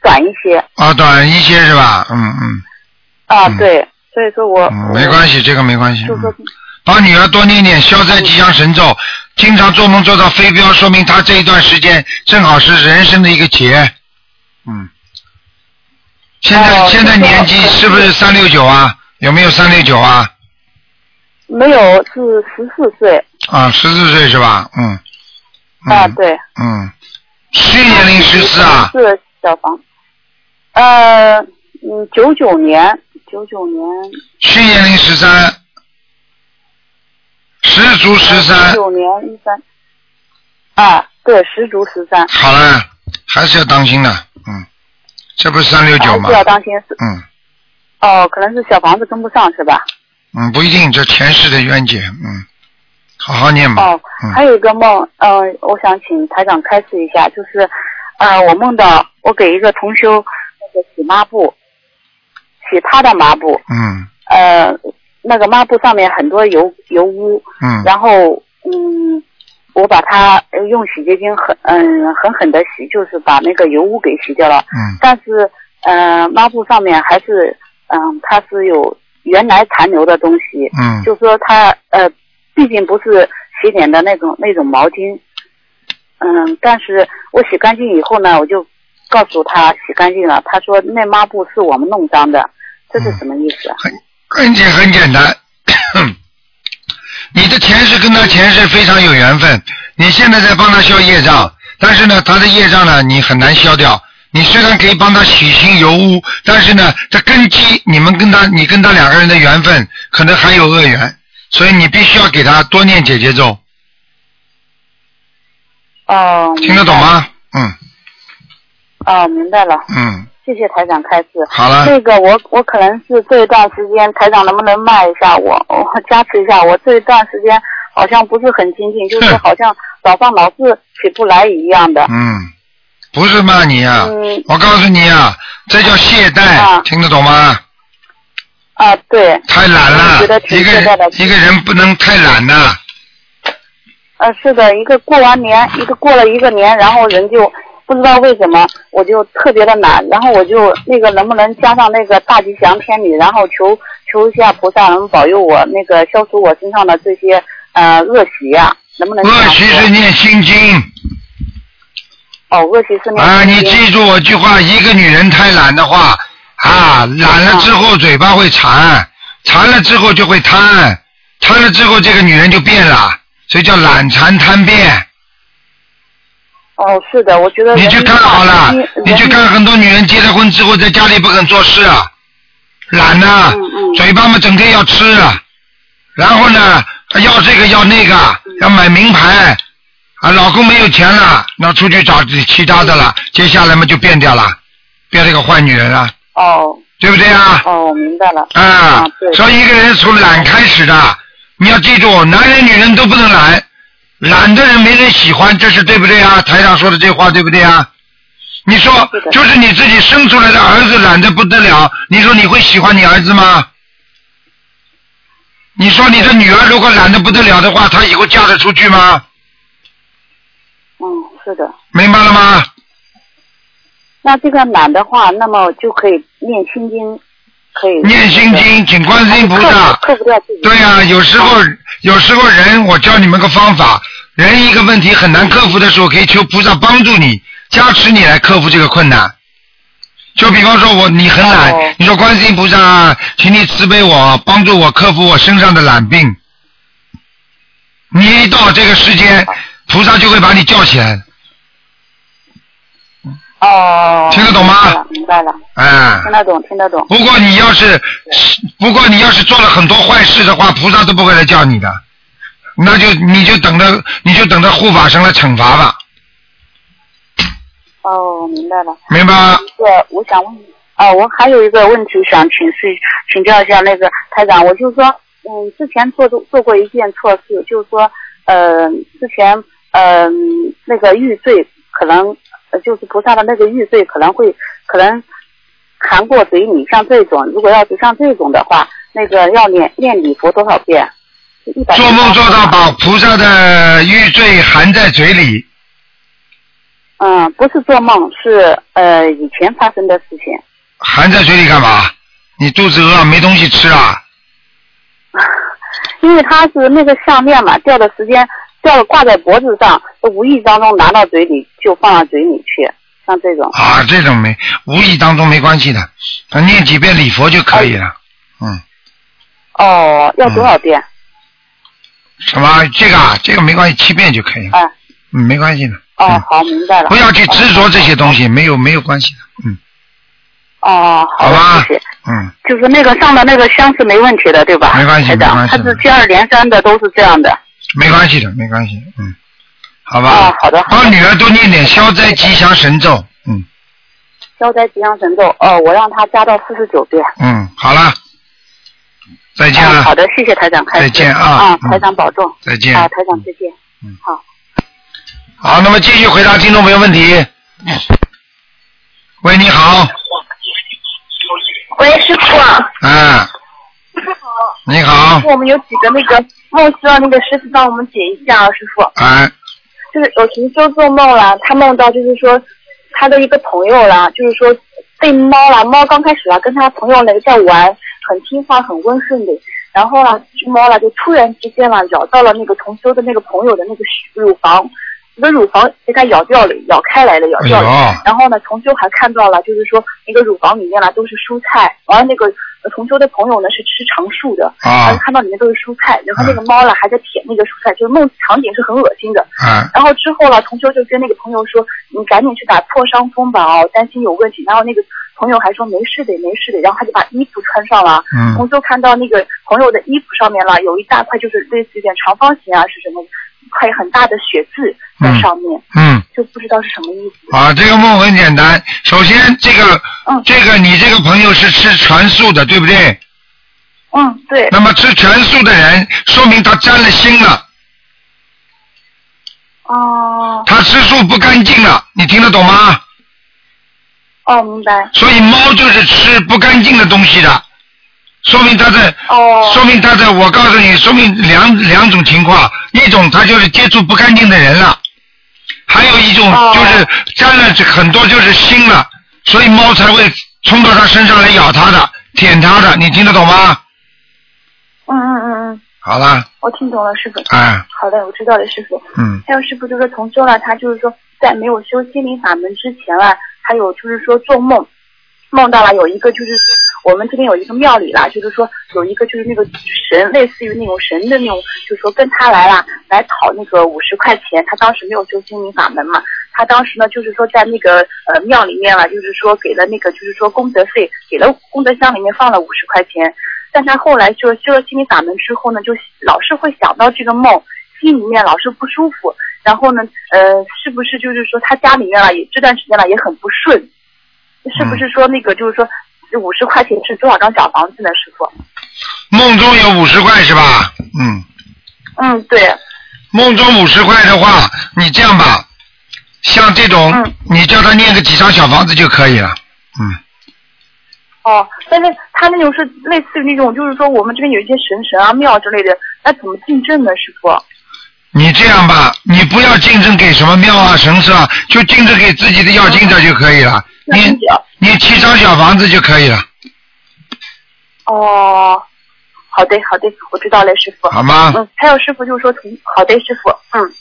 Speaker 2: 短一些
Speaker 1: 啊，短一些是吧？嗯嗯
Speaker 2: 啊，
Speaker 1: 嗯
Speaker 2: 对，所以说我、
Speaker 1: 嗯，没关系，这个没关系。
Speaker 2: 就是说
Speaker 1: 嗯帮女儿多念念消灾吉祥神咒，经常做梦做到飞镖，说明她这一段时间正好是人生的一个劫。嗯，现在、
Speaker 2: 哦
Speaker 1: 现在
Speaker 2: 就是说
Speaker 1: 年纪是不是三六九啊？有没有三六九啊？
Speaker 2: 没有是十四岁
Speaker 1: 啊，十四岁是吧？嗯。嗯
Speaker 2: 啊，对。
Speaker 1: 嗯，去年龄十四啊，
Speaker 2: 是小房，呃，嗯，九九年，九九年，
Speaker 1: 去年龄十三，十足十三
Speaker 2: 啊九，九年一三，啊，对，十足十三，
Speaker 1: 好了，还是要当心的，嗯，这不是三六九
Speaker 2: 还
Speaker 1: 吗
Speaker 2: 是？啊要当心是
Speaker 1: 嗯
Speaker 2: 哦，可能是小房子跟不上是吧？
Speaker 1: 嗯，不一定，这前世的冤结，嗯，好好念吧。
Speaker 2: 哦，还
Speaker 1: 嗯
Speaker 2: 有一个梦，嗯、我想请台长开示一下，就是，呃，我梦到我给一个同修那个洗抹布，洗他的抹布，
Speaker 1: 嗯
Speaker 2: 呃，那个抹布上面很多油油污，
Speaker 1: 嗯
Speaker 2: 然后嗯，我把它呃用洗洁精很嗯狠狠的洗，就是把那个油污给洗掉了。
Speaker 1: 嗯
Speaker 2: 但是呃，抹布上面还是嗯，它是有原来残留的东西，
Speaker 1: 嗯，
Speaker 2: 就说它呃，毕竟不是洗脸的那种那种毛巾。嗯，但是我洗干净以后呢，我就告诉他洗干净了。他说那抹布是我们弄脏的，这是什么意思啊？
Speaker 1: 嗯很简很简单。 *coughs* 你的前世跟他前世非常有缘分，你现在在帮他消业障，但是呢，他的业障呢，你很难消掉。你虽然可以帮他洗清油污，但是呢，这根基，你们跟他，你跟他两个人的缘分，可能还有恶缘，所以你必须要给他多念姐姐咒，
Speaker 2: 哦、
Speaker 1: 听得懂？吗？嗯
Speaker 2: 哦，明白了。
Speaker 1: 嗯，
Speaker 2: 谢谢台长开示。
Speaker 1: 好了。
Speaker 2: 那个我我可能是这一段时间，台长能不能骂一下我，我加持一下我这一段时间好像不是很精进，就是
Speaker 1: 哼
Speaker 2: 好像早上老是起不来一样的。
Speaker 1: 嗯，不是骂你啊，
Speaker 2: 嗯
Speaker 1: 我告诉你啊，这叫懈怠，
Speaker 2: 啊
Speaker 1: 听得懂吗？
Speaker 2: 啊，对，
Speaker 1: 太懒了
Speaker 2: 我觉得，挺
Speaker 1: 一个
Speaker 2: 懈怠的
Speaker 1: 人一个人不能太懒呐。
Speaker 2: 呃，是的，一个过完年，一个过了一个年，然后人就不知道为什么我就特别的懒，然后我就那个能不能加上那个大吉祥天女，然后求求一下菩萨能保佑我那个消除我身上的这些呃恶习呀、能不能这样
Speaker 1: 恶习
Speaker 2: 做
Speaker 1: 是念心经
Speaker 2: 哦，恶习是那
Speaker 1: 啊，
Speaker 2: 个
Speaker 1: 你
Speaker 2: 心
Speaker 1: 记住我句话，一个女人太懒的话啊，懒了之后嘴巴会馋，馋了之后就会贪，贪了之后这个女人就变了，所以叫懒馋贪变。
Speaker 5: 嗯
Speaker 2: 哦，是的，我觉得
Speaker 1: 你
Speaker 2: 人
Speaker 1: 去
Speaker 2: 一
Speaker 1: 看啊好了
Speaker 2: 人，
Speaker 1: 你去看很多女人结了婚之后在家里不肯做事啊，懒呐、
Speaker 2: 嗯嗯
Speaker 1: 嘴巴嘛整天要吃啊，然后呢要这个要那个，要买名牌，啊老公没有钱了，那出去找其他的了，接下来嘛就变掉了，变了个坏女人了，
Speaker 2: 哦
Speaker 1: 对不对啊？
Speaker 2: 哦，我明白了。
Speaker 1: 啊
Speaker 2: 啊对，
Speaker 1: 所以一个人从懒开始的，你要记住，男人女人都不能懒，懒的人没人喜欢，这是对不对啊？台长说的这话对不对啊？你说
Speaker 2: 是的，
Speaker 1: 就是你自己生出来的儿子懒得不得了，你说你会喜欢你儿子吗？你说你的女儿如果懒得不得了的话，她以后嫁得出去吗？
Speaker 2: 嗯，是的。
Speaker 1: 明白了吗？
Speaker 2: 那这个懒的话，那么就可以念心经，可以
Speaker 1: 念心，经，请观世音菩
Speaker 2: 克
Speaker 1: 萨，
Speaker 2: 克不掉自己。
Speaker 1: 对呀、有时候有时候人，我教你们个方法，人一个问题很难克服的时候，可以求菩萨帮助你，加持你来克服这个困难。就比方说我你很懒，
Speaker 2: 哦
Speaker 1: 你说观世音菩萨，请你慈悲我，帮助我克服我身上的懒病。你一到这个时间，菩萨就会把你叫起来。
Speaker 7: 哦，
Speaker 1: 听得懂吗
Speaker 7: 明白了，
Speaker 1: 哎、
Speaker 7: 明白了听得懂，听得懂。
Speaker 1: 不过你要是，不过你要是做了很多坏事的话，菩萨都不会来叫你的，那就你就等着，你就等着护法神来惩罚吧，
Speaker 7: 哦，明白了。
Speaker 1: 明白吗？
Speaker 7: 一个，我想问你，啊，我还有一个问题想请示请教一下那个台长，我就说，嗯，之前做做过一件错事，就是说，呃，之前，嗯、那个玉坠可能，呃就是菩萨的那个玉坠可能会可能含过嘴里，像这种，如果要是像这种的话，那个要念念礼佛多少遍？一百。
Speaker 1: 做梦做到把菩萨的玉坠含在嘴里，
Speaker 7: 嗯，不是做梦，是呃以前发生的事情。
Speaker 1: 含在嘴里干嘛？你肚子饿没东西吃啊？
Speaker 7: 因为它是那个项链嘛，掉的时间掉了挂在脖子上，无意当中拿到嘴里就放到嘴里去，像这种。
Speaker 1: 啊，这种没无意当中没关系的，啊念几遍礼佛就可以了。嗯，
Speaker 7: 哦，要多少遍？
Speaker 1: 什么这个啊，这个没关系，七遍就可以了。
Speaker 7: 哎、
Speaker 1: 嗯，没关系的，
Speaker 7: 哦，好，明白了。
Speaker 1: 不要去执着这些东西，没有没有关系的。嗯，
Speaker 7: 哦，
Speaker 1: 好
Speaker 7: 的
Speaker 1: 吧
Speaker 7: 谢谢。
Speaker 1: 嗯，
Speaker 7: 就是那个上的那个香是没问题的，对吧？
Speaker 1: 没关系
Speaker 7: 台长
Speaker 1: 没关系
Speaker 7: 它是接二连三的，都是这样的。
Speaker 1: 没关系的，没关系。嗯，好吧
Speaker 7: 哦，。好的，好
Speaker 1: 帮
Speaker 7: 的。
Speaker 1: 女儿多念点消灾吉祥神咒。嗯
Speaker 7: 消灾吉祥神咒，哦，我让他加到四十九遍。
Speaker 1: 嗯，好了，再见
Speaker 7: 嗯
Speaker 1: 了，
Speaker 7: 好的，谢谢台长开始。
Speaker 1: 再见啊
Speaker 7: 啊，
Speaker 1: 嗯
Speaker 7: 台长保重。
Speaker 1: 再见。
Speaker 7: 啊，台长再见。
Speaker 1: 嗯
Speaker 7: 好。
Speaker 1: 好，那么继续回答听众朋友问题。喂，你好，
Speaker 2: 喂，师傅啊，
Speaker 1: 啊，你好
Speaker 2: 师，傅，我们有几个那个梦，希望那个师傅帮我们解一下啊，师傅。
Speaker 1: 哎，
Speaker 2: 就是有同修做梦了，他梦到就是说他的一个朋友啦，就是说被猫啦，猫刚开始啦跟他朋友那个在玩，很听话很温顺的，然后啦只猫啦就突然之间啦咬到了那个同修的那个朋友的那个乳房，那个乳房被它咬掉了，咬开来了，咬
Speaker 1: 哎
Speaker 2: 掉了。
Speaker 1: 呦，
Speaker 2: 然后呢，同修还看到了，就是说那个乳房里面啦都是蔬菜，完了那个呃同修的朋友呢是吃长树的，然后
Speaker 1: 啊，
Speaker 2: 看到里面都是蔬菜，然后那个猫啦还在舔那个蔬菜，就是梦场景是很恶心的。
Speaker 1: 啊，
Speaker 2: 然后之后了，同修就跟那个朋友说，你赶紧去打破伤风吧哦，担心有问题。然后那个朋友还说没事的，没事的。然后他就把衣服穿上了。
Speaker 1: 嗯，
Speaker 2: 同修看到那个朋友的衣服上面了，有一大块就是类似于点长方形啊，是什么？一块很大的血渍在上面，
Speaker 1: 嗯。
Speaker 2: 就不知道是什么意思。
Speaker 1: 啊，这个梦很简单。首先，这个、
Speaker 2: 嗯
Speaker 1: 这个你这个朋友是吃全素的，对不对？
Speaker 2: 嗯，对，
Speaker 1: 那么吃全素的人，说明他沾了腥了，
Speaker 2: 哦，
Speaker 1: 他吃素不干净了，你听得懂吗？
Speaker 2: 哦，明白，
Speaker 1: 所以猫就是吃不干净的东西的，说明它的，
Speaker 2: 哦，
Speaker 1: 说明它的，我告诉你，说明两两种情况，一种它就是接触不干净的人了，还有一种
Speaker 2: 哦
Speaker 1: 就是沾了很多就是腥了，所以猫才会冲到它身上来咬它的、舔它的，你听得懂吗？
Speaker 2: 嗯嗯嗯嗯，
Speaker 1: 好了，
Speaker 2: 我听懂了，师傅。
Speaker 1: 哎，
Speaker 2: 好的，我知道了，师傅。
Speaker 1: 嗯，
Speaker 2: 还有师傅就是同修了，他就是说在没有修心灵法门之前啊，还有就是说做梦，梦到了有一个就是说我们这边有一个庙里啦，就是说有一个就是那个神，类似于那种神的那种，就是说跟他来啦，来讨那个五十块钱，他当时没有修心灵法门嘛。他当时呢，就是说在那个呃庙里面了，就是说给了那个就是说功德费，给了功德箱里面放了五十块钱，但他后来就是修了心灵法门之后呢，就老是会想到这个梦，心里面老是不舒服。然后呢，呃，是不是就是说他家里面啊，也这段时间了也很不顺？是不是说那个就是说五十块钱是多少张小房子呢，师傅？
Speaker 1: 梦中有五十块是吧？嗯，
Speaker 2: 嗯，对，
Speaker 1: 梦中五十块的话，你这样吧，像这种，
Speaker 2: 嗯
Speaker 1: 你叫他念个几张小房子就可以了。嗯，
Speaker 2: 哦，但是他那种是类似于那种，就是说我们这边有一些神神啊庙之类的，那怎么进证呢，师傅？
Speaker 1: 你这样吧，你不要竞争给什么庙啊、神社啊，就竞争给自己的要经者就可以了。
Speaker 2: 那
Speaker 1: 你
Speaker 2: 你讲
Speaker 1: 你七张小房子就可以了，
Speaker 2: 哦，好的好的，我知道了，师傅。
Speaker 1: 好吗？
Speaker 2: 嗯，还有师傅就是说同好的师傅，嗯，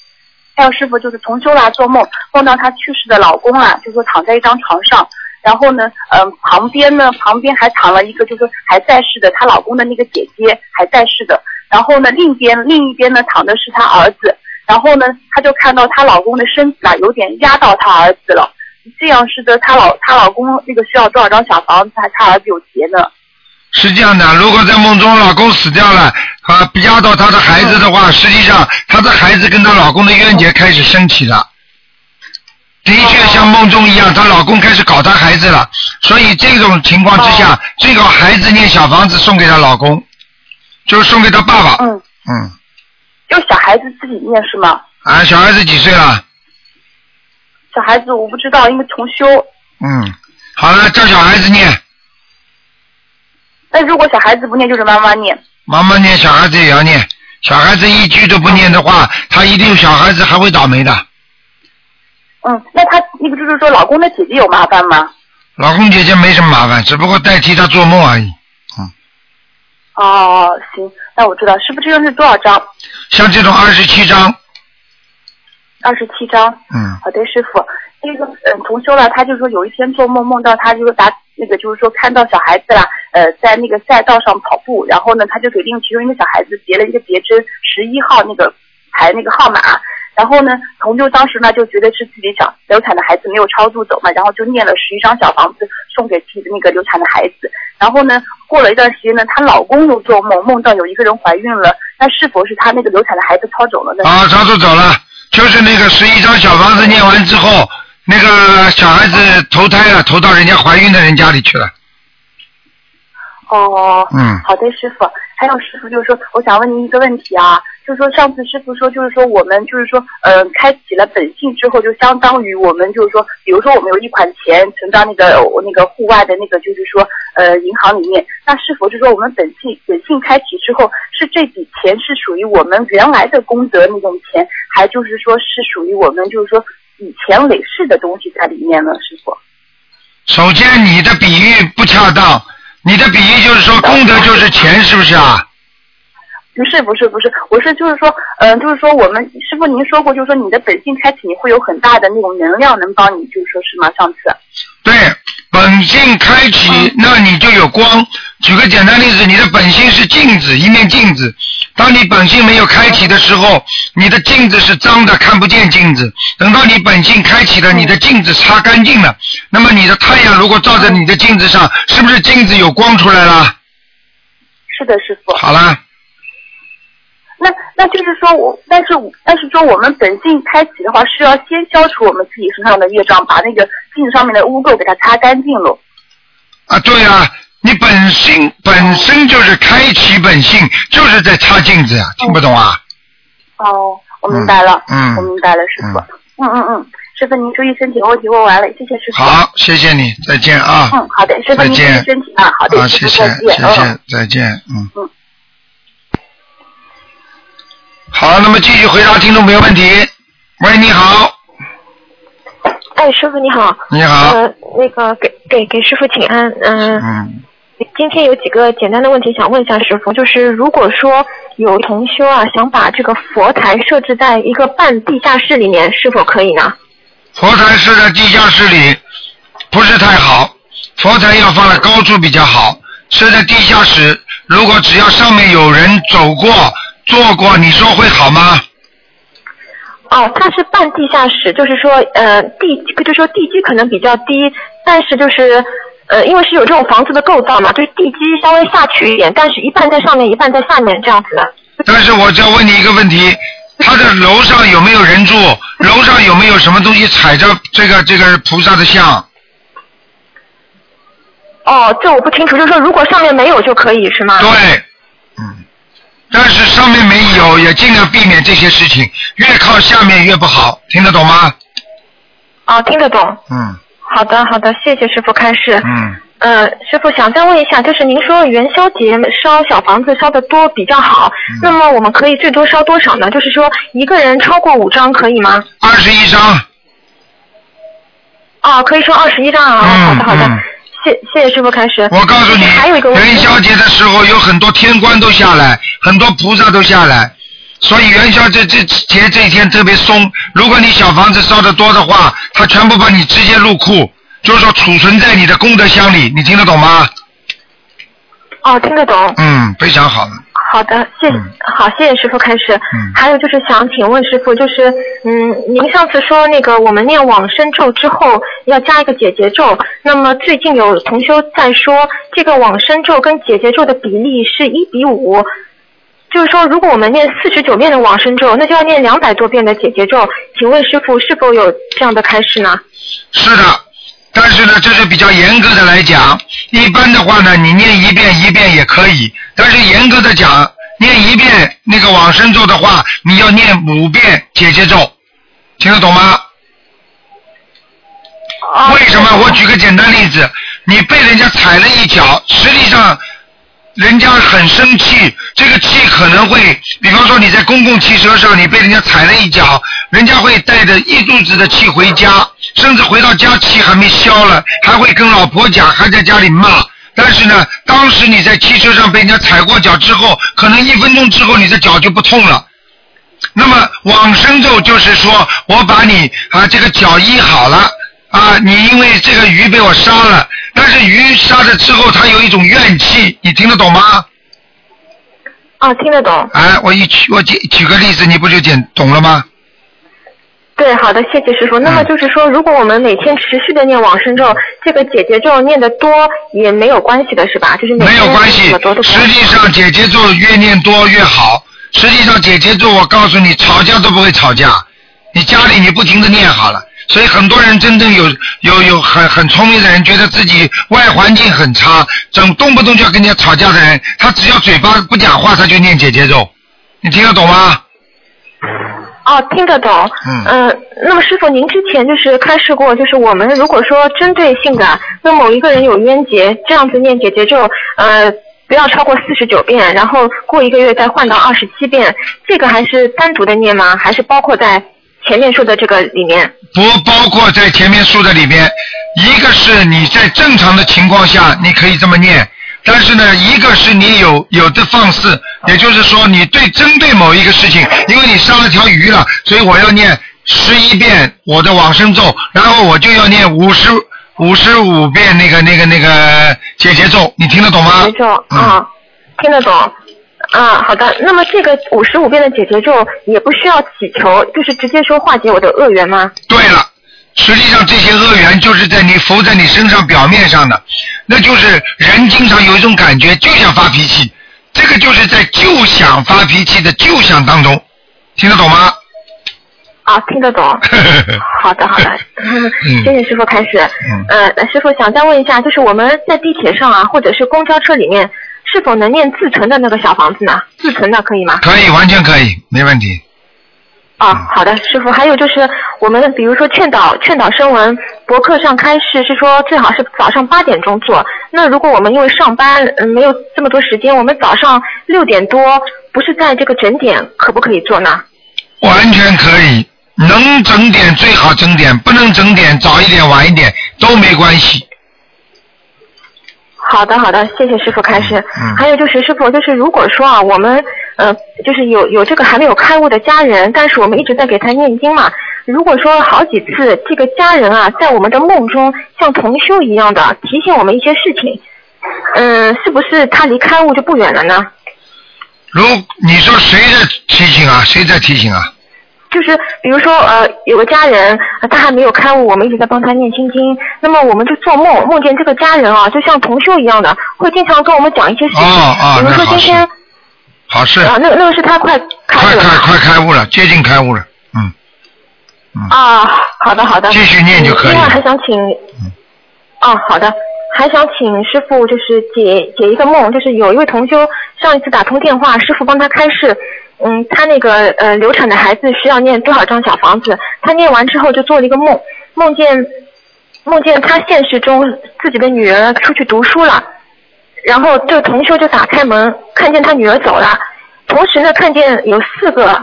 Speaker 2: 还有师傅就是同修啦，做梦梦到她去世的老公啦，就说躺在一张床上，然后呢，嗯、旁边呢旁边还躺了一个就是还在世的她老公的那个姐姐还在世的，然后呢另一边另一边呢躺的是她儿子，然后呢她就看到她老公的身体啊有点压到她儿子了，这样是的，她老她老公那个需要多少张小房子，还差儿子有结呢？
Speaker 1: 是这样的，如果在梦中老公死掉了，啊，压到她的孩子的话，实际上她的孩子跟她老公的冤结开始升起了。的确像梦中一样，她老公开始搞她孩子了，所以这种情况之下，最好孩子念小房子送给她老公，就是送给她爸爸。
Speaker 2: 嗯，
Speaker 1: 嗯，
Speaker 2: 就小孩子自己念是吗？
Speaker 1: 啊，小孩子几岁了？
Speaker 2: 小孩子我不知道，因为重修。
Speaker 1: 嗯，好了，叫小孩子念，
Speaker 2: 但如果小孩子不念，就是妈妈念。
Speaker 1: 妈妈念，小孩子也要念。小孩子一句都不念的话，他一定小孩子还会倒霉的。
Speaker 2: 嗯，那她那个就是说，老公的姐姐有麻烦吗？
Speaker 1: 老公姐姐没什么麻烦，只不过代替她做梦而已。
Speaker 2: 哦，行，那我知道，是不是这个是多少张？
Speaker 1: 像这种二十七章，
Speaker 2: 二十七张。
Speaker 1: 嗯，
Speaker 2: 好的，师傅，那个嗯，同修了，他就说有一天做梦，梦到他就是打那个就是说看到小孩子啦，呃，在那个赛道上跑步，然后呢，他就给另其中一个小孩子结了一个别针，十一号那个牌那个号码。然后呢，同修当时呢就觉得是自己小流产的孩子没有超度走嘛，然后就念了十一张小房子送给自己的那个流产的孩子。然后呢，过了一段时间呢，她老公又做梦，梦到有一个人怀孕了，那是否是她那个流产的孩子超走了呢？
Speaker 1: 啊，早走走了，就是那个十一张小房子念完之后，那个小孩子投胎了，投到人家怀孕的人家里去了。
Speaker 2: 哦，
Speaker 1: 嗯
Speaker 2: 好的，师傅。还有师傅就是说，我想问您一个问题啊，就是说上次师傅说，就是说我们就是说，呃，开启了本性之后，就相当于我们就是说，比如说我们有一款钱存到那个那个户外的那个就是说呃银行里面，那是否就是说我们本性本性开启之后，是这笔钱是属于我们原来的功德那种钱，还就是说是属于我们就是说以前累世的东西在里面呢，师傅？
Speaker 1: 首先，你的比喻不恰当，你的比喻就是说功德就是钱，是不是啊？
Speaker 2: 不是不是不是，我是就是说，嗯、就是说我们师傅您说过，就是说你的本性开启，你会有很大的那种能量，能帮你，就是说是吗？上次
Speaker 1: 对，本性开
Speaker 2: 嗯
Speaker 1: 启，那你就有光。举个简单例子，你的本性是镜子，一面镜子。当你本性没有开启的时
Speaker 2: 嗯
Speaker 1: 候，你的镜子是脏的，看不见镜子。等到你本性开启了，
Speaker 2: 嗯
Speaker 1: 你的镜子擦干净了，那么你的太阳如果照在你的镜子上，是不是镜子有光出来了？
Speaker 2: 是的，师傅。
Speaker 1: 好了，
Speaker 2: 那那就是说我，但是我但是说我们本性开启的话，是要先消除我们自己身上的业障，把那个镜子上面的污垢给它擦干净喽。
Speaker 1: 啊，对啊，你本性本身就是开启本性，就是在擦镜子呀，听不懂啊？
Speaker 2: 哦，我明白了，
Speaker 1: 嗯嗯
Speaker 2: 我明白了，师傅。嗯嗯嗯，师傅您注意身体，问题问完了，谢谢师傅。
Speaker 1: 好，谢谢你，再见啊。
Speaker 2: 嗯，好的，师傅
Speaker 1: 再
Speaker 2: 您注
Speaker 1: 见
Speaker 2: 意身体啊，好的，
Speaker 1: 啊，
Speaker 2: 师
Speaker 1: 谢
Speaker 2: 傅
Speaker 1: 谢，谢
Speaker 2: 再见，嗯。
Speaker 1: 谢，再见，嗯
Speaker 2: 嗯。
Speaker 1: 好，那么继续回答听众朋友问题。喂，你好，
Speaker 8: 哎，师傅你好。
Speaker 1: 你好，
Speaker 8: 呃，那个给给给师傅请安。嗯、
Speaker 1: 嗯，
Speaker 8: 今天有几个简单的问题想问一下师傅，就是如果说有同修啊想把这个佛台设置在一个半地下室里面，是否可以呢？
Speaker 1: 佛台设在地下室里，不是太好。佛台要放在高处比较好，设在地下室，如果只要上面有人走过、坐过，你说会好吗？
Speaker 8: 哦，它是半地下室，就是说呃地就是说地基可能比较低，但是就是。呃，因为是有这种房子的构造嘛，就是地基稍微下去一点，但是一半在上面，一半在下面这样子的。
Speaker 1: 但是我就要问你一个问题，他的楼上有没有人住？楼上有没有什么东西踩着这个这个菩萨的像？
Speaker 8: 哦，这我不清楚，就是说如果上面没有就可以是吗？
Speaker 1: 对，嗯，但是上面没有，也尽量避免这些事情，越靠下面越不好，听得懂吗？
Speaker 8: 哦，听得懂。
Speaker 1: 嗯
Speaker 8: 好的，好的，谢谢师傅开示。
Speaker 1: 嗯，
Speaker 8: 呃，师傅想再问一下，就是您说元宵节烧小房子烧的多比较好，
Speaker 1: 嗯
Speaker 8: 那么我们可以最多烧多少呢？就是说一个人超过五张可以吗？
Speaker 1: 二十一张，
Speaker 8: 哦，可以说二十一张啊。
Speaker 1: 嗯
Speaker 8: 好的，好的，
Speaker 1: 嗯
Speaker 8: 谢谢谢师傅开示。
Speaker 1: 我告诉你，
Speaker 8: 还有一个问题
Speaker 1: 元宵节的时候有很多天官都下来，很多菩萨都下来，所以元宵这这节这一天特别松。如果你小房子烧的多的话，他全部把你直接入库，就是说储存在你的功德箱里，你听得懂吗？
Speaker 8: 哦，听得懂。
Speaker 1: 嗯，非常好了。
Speaker 8: 好的，谢、好，谢谢师傅开始。还有就是想请问师傅，就是嗯，您上次说那个我们念往生咒之后要加一个解结咒，那么最近有同修在说，这个往生咒跟解结咒的比例是一比五，就是说如果我们念四十九遍的往生咒，那就要念两百多遍的解结咒。请问师傅是否有这样的开示呢？
Speaker 1: 是的，但是呢，这是比较严格的来讲。一般的话呢，你念一遍一遍也可以，但是严格的讲，念一遍那个往生咒的话，你要念五遍姐姐咒，听得懂吗？为什么？我举个简单例子，你被人家踩了一脚，实际上人家很生气，这个气可能会，比方说你在公共汽车上，你被人家踩了一脚，人家会带着一肚子的气回家，甚至回到家气还没消了，还会跟老婆讲，还在家里骂。但是呢，当时你在汽车上被人家踩过脚之后，可能一分钟之后你的脚就不痛了。那么往生咒就是说我把你啊这个脚医好了啊，你因为这个鱼被我杀了，但是鱼杀了之后它有一种怨气，你听得懂吗？
Speaker 8: 啊，听得懂。
Speaker 1: 哎，我一举我举举个例子，你不就简懂了吗？
Speaker 8: 对，好的，谢谢师傅。那
Speaker 1: 嗯
Speaker 8: 么就是说，如果我们每天持续的念往生咒，这个姐姐咒念得多也没有关系的是吧？就是每天
Speaker 1: 没有关
Speaker 8: 念
Speaker 1: 系
Speaker 8: 得多都，不
Speaker 1: 实际上姐姐咒越念多越好。实际上姐姐咒，我告诉你，吵架都不会吵架。你家里你不停的念好了，所以很多人真正有有有很很聪明的人，觉得自己外环境很差，整动不动就要跟人家吵架的人，他只要嘴巴不讲话，他就念姐姐咒。你听得懂吗？
Speaker 8: 哦，听得懂。
Speaker 1: 嗯
Speaker 8: 呃那么师傅，您之前就是开示过，就是我们如果说针对性的跟某一个人有冤结，这样子念姐姐咒，呃，不要超过四十九遍，然后过一个月再换到二十七遍，这个还是单独的念吗？还是包括在前面说的这个里面？
Speaker 1: 不包括在前面说的里边。一个是你在正常的情况下你可以这么念，但是呢，一个是你有有的放肆，也就是说你对针对某一个事情，因为你杀了条鱼了，所以我要念十一遍我的往生咒，然后我就要念五十五十五遍那个那个那个解结咒，你听得懂吗？嗯
Speaker 8: 没错，啊、听得懂。啊，好的。那么这个五十五遍的姐姐咒也不需要祈求，就是直接说化解我的恶缘吗？
Speaker 1: 对了，实际上这些恶缘就是在你浮在你身上表面上的，那就是人经常有一种感觉，就想发脾气，这个就是在就想发脾气的就想当中，听得懂吗？
Speaker 8: 啊，
Speaker 1: *laughs*
Speaker 8: 听得懂。好的，好的，嗯 *laughs* 谢谢师傅开始。
Speaker 1: 嗯
Speaker 8: 呃，师傅想再问一下，就是我们在地铁上啊，或者是公交车里面，是否能念自存的那个小房子呢？自存的可以吗？
Speaker 1: 可以，完全可以，没问题。
Speaker 8: 啊，好的，师傅。还有就是，我们比如说劝导劝导声闻博客上开示是说，最好是早上八点钟做。那如果我们因为上班、嗯、没有这么多时间，我们早上六点多不是在这个整点，可不可以做呢？
Speaker 1: 完全可以，能整点最好整点，不能整点早一点晚一点都没关系。
Speaker 8: 好的，好的，谢谢师傅开示。
Speaker 1: 嗯
Speaker 8: 还有就是师傅，就是如果说啊，我们呃，就是有有这个还没有开悟的家人，但是我们一直在给他念经嘛。如果说好几次这个家人啊，在我们的梦中像同修一样的提醒我们一些事情，嗯、是不是他离开悟就不远了呢？
Speaker 1: 如你说谁在提醒啊？谁在提醒啊？
Speaker 8: 就是比如说，呃，有个家人、呃他还没有开悟，我们一直在帮他念心经，那么我们就做梦，梦见这个家人啊，就像同修一样的，会经常跟我们讲一些事情，
Speaker 1: 哦哦
Speaker 8: 比如
Speaker 1: 那
Speaker 8: 说
Speaker 1: 好
Speaker 8: 今
Speaker 1: 事
Speaker 8: 天
Speaker 1: 好事，
Speaker 8: 啊，那那个是他快
Speaker 1: 快快快开悟了，接近开悟了，嗯。
Speaker 8: 啊，好的好的，
Speaker 1: 继续念就可以嗯
Speaker 8: 另外还想请，哦好的，还想请师傅就是解解一个梦，就是有一位同修上一次打通电话，师傅帮他开示，嗯，他那个呃流产的孩子需要念多少张小房子，他念完之后就做了一个梦，梦见梦见他现实中自己的女儿出去读书了。然后这个同修就打开门，看见他女儿走了，同时呢看见有四个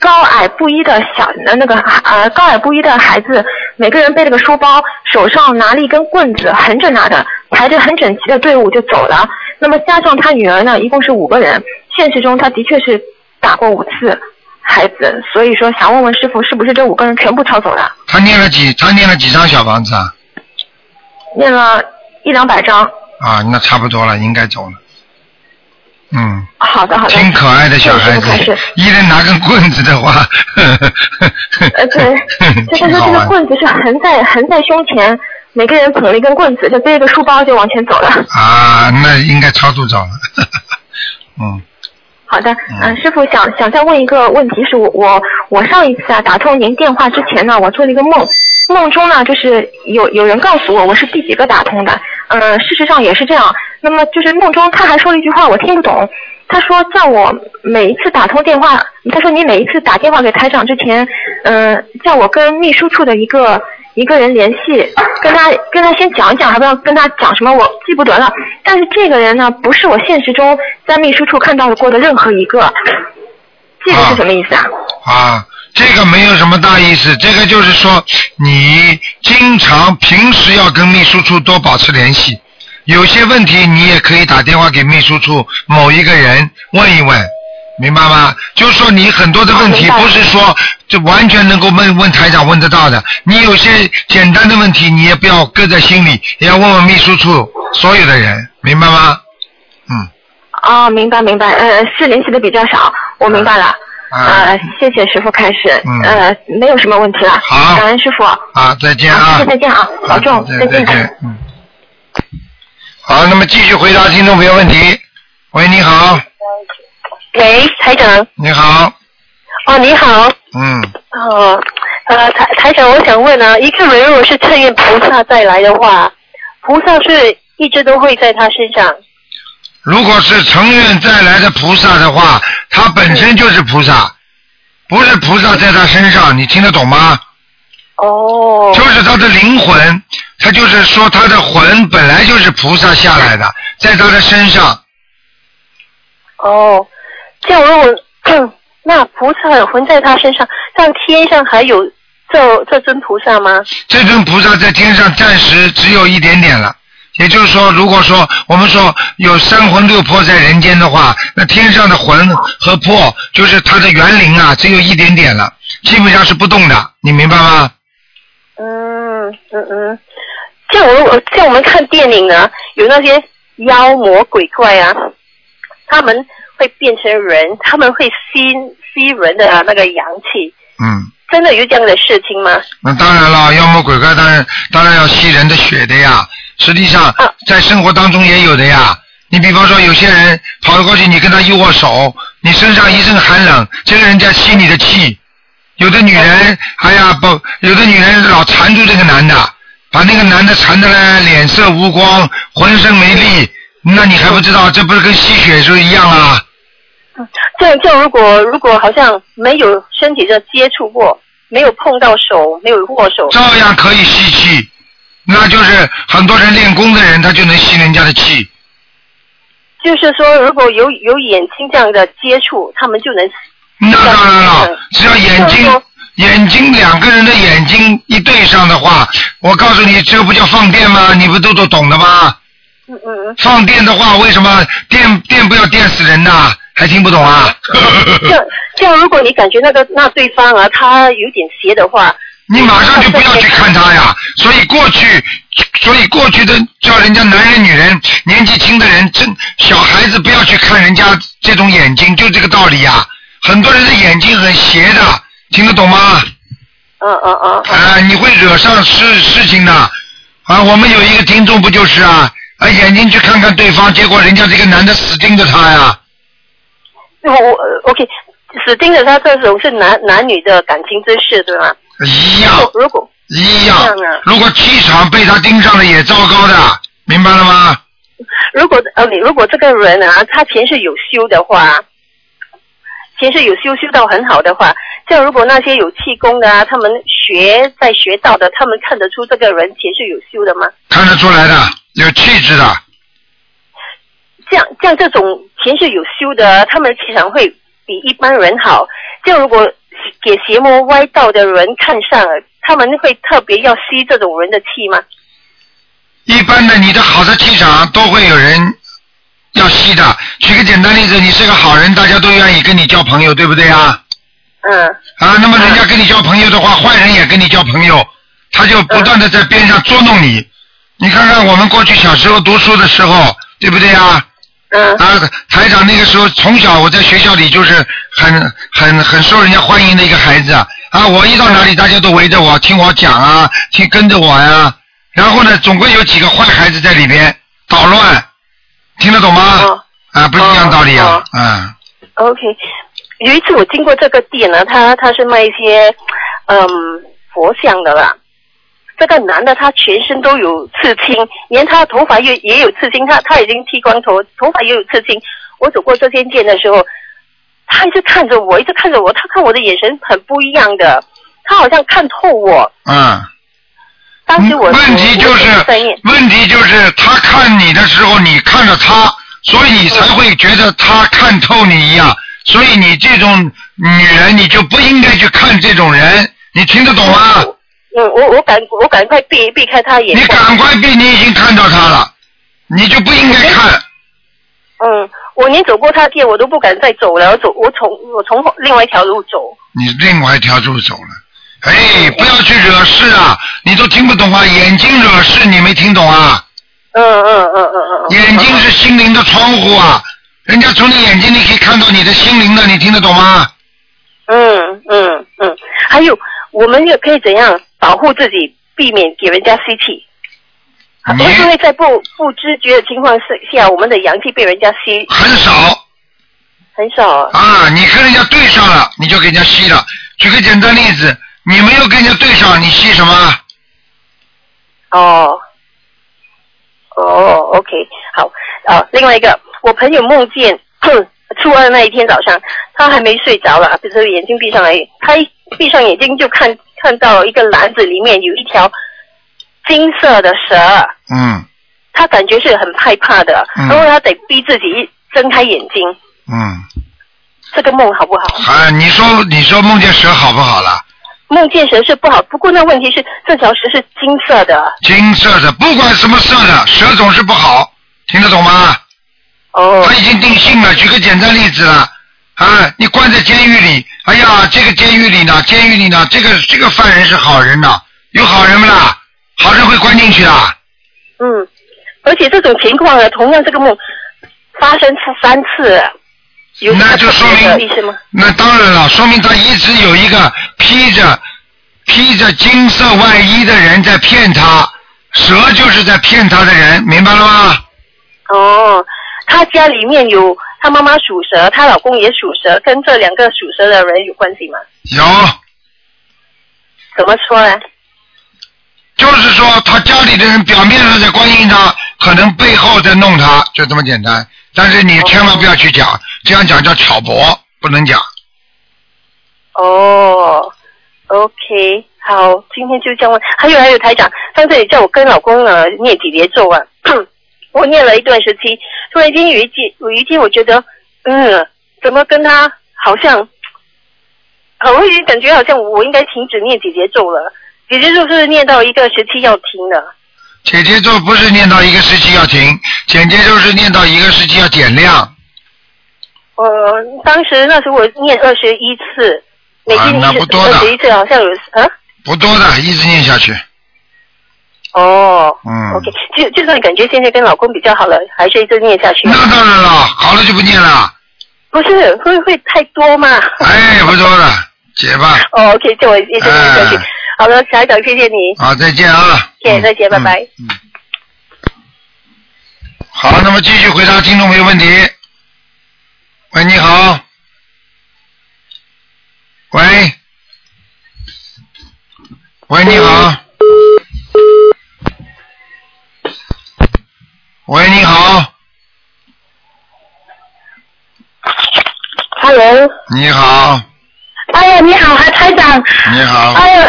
Speaker 8: 高矮不一的小呃那个呃高矮不一的孩子，每个人背了个书包，手上拿了一根棍子，横着拿的，排着很整齐的队伍就走了。那么加上他女儿呢，一共是五个人。现实中他的确是打过五次孩子，所以说想问问师傅，是不是这五个人全部抄走了？
Speaker 1: 他念了几？他念了几张小房子啊？
Speaker 8: 念了一两百张。
Speaker 1: 啊，那差不多了，应该走了。嗯，
Speaker 8: 好的好的，
Speaker 1: 挺可爱的小孩子
Speaker 8: 这个开始，
Speaker 1: 一人拿根棍子的话， *laughs* 呵呵呵
Speaker 8: 呃，
Speaker 1: *laughs*
Speaker 8: 对，就
Speaker 1: 嗯挺
Speaker 8: 是说
Speaker 1: 好
Speaker 8: 这个
Speaker 1: 玩。
Speaker 8: 棍子是横在横在胸前，每个人捧了一根棍子，就背着书包就往前走了。
Speaker 1: 啊，那应该超度走了。嗯
Speaker 8: 好的，嗯、师傅想想再问一个问题，是我我我上一次啊打通您电话之前呢，我做了一个梦，梦中呢就是有有人告诉我我是第几个打通的，嗯、事实上也是这样。那么就是梦中他还说了一句话我听不懂，他说叫我每一次打通电话，他说你每一次打电话给台长之前，嗯、叫我跟秘书处的一个一个人联系，跟他跟他先讲一讲，还不知道跟他讲什么，我记不得了。但是这个人呢，不是我现实中在秘书处看到的过的任何一个。这个是什么意思啊？
Speaker 1: 啊，这个没有什么大意思，这个就是说你经常平时要跟秘书处多保持联系，有些问题你也可以打电话给秘书处某一个人问一问。明白吗？就是说你很多的问题
Speaker 3: 啊明白
Speaker 1: 不是说这完全能够问问台长问得到的，你有些简单的问题你也不要搁在心里，也要问问秘书处所有的人，明白吗？啊
Speaker 8: 哦，明白明白，呃，是联系的比较少，我明白了。呃，谢谢师傅开始，
Speaker 1: 啊嗯
Speaker 8: 呃，没有什么问题了。
Speaker 1: 好
Speaker 8: 感恩师傅，
Speaker 1: 好，再见啊
Speaker 8: 好，再见啊，保重，再
Speaker 1: 再
Speaker 8: 见。
Speaker 1: 见，嗯。好，那么继续回答听众朋友问题。喂，你好，
Speaker 9: 喂，台长，
Speaker 1: 你好，
Speaker 9: 哦，你好，
Speaker 1: 嗯，
Speaker 9: 哦，呃，台台长，我想问啊，一个人如果是趁愿菩萨再来的话，菩萨是一直都会在他身上，
Speaker 1: 如果是成愿再来的菩萨的话，他本身就是菩萨，不是菩萨在他身上，你听得懂吗？
Speaker 9: 哦，
Speaker 1: 就是他的灵魂，他就是说他的魂本来就是菩萨下来的，在他的身上，
Speaker 9: 哦，这样如果 *clears throat* 那菩萨的魂在他身上，像天上还有这这尊菩萨吗？
Speaker 1: 这尊菩萨在天上暂时只有一点点了。也就是说，如果说我们说有三魂六魄在人间的话，那天上的魂和魄就是它的园林啊，只有一点点了，基本上是不动的，你明白吗？
Speaker 9: 嗯嗯嗯，像我如果像我们看电影啊，有那些妖魔鬼怪啊，他们会变成人，他们会吸吸人的、啊、那个阳气，
Speaker 1: 嗯，
Speaker 9: 真的有这样的事情吗？
Speaker 1: 那当然了，妖魔鬼怪当然当然要吸人的血的呀。实际上，在生活当中也有的呀。你比方说，有些人跑过去，你跟他一握手，你身上一阵寒冷，这个人家吸你的气。有的女人，哎呀不，有的女人老缠住这个男的，把那个男的缠得嘞脸色无光，浑身没力，那你还不知道，这不是跟吸血是一样啊？
Speaker 9: 这样这样，如果如果好像没有身体的接触过，没有碰到手，没有握手，
Speaker 1: 照样可以吸气，那就是很多人练功的人，他就能吸人家的气。
Speaker 9: 就是说如果有有眼睛这样的接触，他们就能
Speaker 1: 那当然了，只要眼睛眼睛两个人的眼睛一对上的话，我告诉你，这不叫放电吗？你不都都懂的吗？
Speaker 9: 嗯嗯嗯，
Speaker 1: 放电的话，为什么电电不要电死人呐？还听不懂
Speaker 9: *laughs*
Speaker 1: 啊？ *laughs*
Speaker 9: 这样这样，如果你感觉那个那对方啊，他有点邪的话，
Speaker 1: 你马上就不要去看他呀。所以过去，所以过去的叫人家男人、女人、年纪轻的人，真小孩子不要去看人家这种眼睛，就这个道理呀。很多人的眼睛很邪的，听得懂吗？
Speaker 9: 嗯嗯嗯。
Speaker 1: 啊，你会惹上事事情的。啊，我们有一个听众不就是啊，啊眼睛去看看对方，结果人家这个男的死盯着他呀。
Speaker 9: *laughs* 我我呃 OK，死盯着他这种是男男女的感情之事，对吗？
Speaker 1: 一样。
Speaker 9: 如果
Speaker 1: 一样
Speaker 9: 这样啊，
Speaker 1: 如果气场被他盯上了，也糟糕的，明白了吗？
Speaker 9: 如果呃，你如果这个人啊，他前世有修的话，前世有修修到很好的话，这样如果那些有气功的啊，他们学在学道的，他们看得出这个人前世有修的吗？
Speaker 1: 看得出来的，有气质的，
Speaker 9: 这样这样这种前世有修的，他们的气场会比一般人好。这样如果给邪魔歪道的人看上了，他们会特别要吸这种人的气吗？
Speaker 1: 一般的你的好的气场都会有人要吸的。举个简单例子，你是个好人，大家都愿意跟你交朋友，对不对啊？
Speaker 9: 嗯。
Speaker 1: 啊，那么人家跟你交朋友的话，坏人也跟你交朋友，他就不断的在边上捉弄你。你看看我们过去小时候读书的时候，对不对啊？
Speaker 9: 嗯嗯
Speaker 1: 啊，台长那个时候从小我在学校里就是很很很受人家欢迎的一个孩子啊，啊我一到哪里大家都围着我听我讲啊，听跟着我呀、然后呢，总归有几个坏孩子在里边捣乱，听得懂吗？啊，不是一样道理啊，嗯
Speaker 9: OK，有一次我经过这个店呢，他他是卖一些嗯佛像的啦。这个男的他全身都有刺青，连他的头发也也有刺青，他他已经剃光头，头发也有刺青。我走过这间店的时候，他一直看着我，一直看着我，他看我的眼神很不一样的，他好像看透我。
Speaker 1: 嗯。
Speaker 9: 当时我
Speaker 1: 问题就是
Speaker 9: 我在念
Speaker 1: 问题就是他看你的时候，你看着他，所以你才会觉得他看透你一样。所以你这种女人，你就不应该去看这种人，你听得懂吗？
Speaker 9: 嗯，我我赶我赶快避避开他眼
Speaker 1: 你
Speaker 9: 光。
Speaker 1: 赶快避，你已经看到他了，你就不应该看。
Speaker 9: 嗯，我连走过他的店我都不敢再走了，我走我从我从另外一条路走。
Speaker 1: 你另外一条路走了。
Speaker 9: 嗯
Speaker 1: 哎，不要去惹事啊！你都听不懂啊，眼睛惹事，你没听懂啊？
Speaker 9: 嗯嗯嗯嗯嗯。
Speaker 1: 眼睛是心灵的窗户啊，人家从你眼睛里可以看到你的心灵的，你听得懂吗？
Speaker 9: 嗯嗯嗯，还有我们也可以怎样保护自己，避免给人家吸气？
Speaker 1: 你
Speaker 9: 会不会在不不知觉的情况下，我们的阳气被人家吸？
Speaker 1: 很少
Speaker 9: 很少啊。
Speaker 1: 啊，你跟人家对上了，你就给人家吸了。举个简单例子，你没有跟人家对上，你吸什么？啊
Speaker 9: 哦，哦，OK，好，啊，另外一个，我朋友梦见初二那一天早上，他还没睡着了，就是眼睛闭上来，他一闭上眼睛就看看到一个篮子里面有一条金色的蛇，
Speaker 1: 嗯
Speaker 9: 他感觉是很害怕的，
Speaker 1: 嗯
Speaker 9: 然后他得逼自己睁开眼睛，
Speaker 1: 嗯，
Speaker 9: 这个梦好不好？
Speaker 1: 啊，你说你说梦见蛇好不好了？
Speaker 9: 梦见蛇是不好，不过那问题是这条蛇是金色的，
Speaker 1: 金色的，不管什么色的，蛇总是不好，听得懂吗？
Speaker 9: 哦。
Speaker 1: 他已经定性了。举个简单例子了，啊，你关在监狱里，哎呀，这个监狱里呢，监狱里呢，这个这个犯人是好人呐，有好人不啦？好人会关进去的。
Speaker 9: 嗯，而且这种情况呢，同样这个梦发生是三次，有什么
Speaker 1: 那就说
Speaker 9: 特别的
Speaker 1: 明
Speaker 9: 意思吗？
Speaker 1: 那当然了，说明他一直有一个披着披着金色外衣的人在骗他，蛇就是在骗他的人，明白了吗？
Speaker 9: 哦，她家里面有她妈妈属蛇，她老公也属蛇，跟这两个属蛇的人有关系吗？
Speaker 1: 有。
Speaker 9: 怎么说呢？
Speaker 1: 就是说，他家里的人表面上在关心他，可能背后在弄他，就这么简单。但是你千万不要去讲，这样讲叫挑拨，不能讲。
Speaker 9: 哦，OK，好，今天就这样问。还有还有，台长，上次你叫我跟老公呢念几叠咒啊， *coughs* 我念了一段时期，突然间有一天有一天我觉得，嗯，怎么跟他好像，好我有点感觉好像我应该停止念几叠咒了。姐姐咒是念到一个时期要停的，
Speaker 1: 姐姐咒不是念到一个时期要停，姐姐咒是念到一个时期要减量。
Speaker 9: 呃，当时那时候我念二十一次，每天
Speaker 1: 啊那不多
Speaker 9: 二
Speaker 1: 的
Speaker 9: 十一次好像有啊，
Speaker 1: 不多的，一直念下去。
Speaker 9: 哦，
Speaker 1: 嗯
Speaker 9: OK，就就算感觉现在跟老公比较好了，还是一直念下去。
Speaker 1: 那当然了，好了就不念了。
Speaker 9: 不是会会太多吗？
Speaker 1: 哎，不多了，解吧。
Speaker 9: 哦，OK，就我一直念下去。
Speaker 1: 哎
Speaker 9: 好了，台长，谢谢你，
Speaker 1: 好，再见啊。
Speaker 9: 谢谢，再见，拜拜。
Speaker 1: 好，那么继续回答听众朋友问题。喂，你好。喂。喂，你好。喂，你好，
Speaker 3: Hello，
Speaker 1: 你好，
Speaker 3: 哎呀，你好啊，台长，
Speaker 1: 你好，
Speaker 3: 哎呀，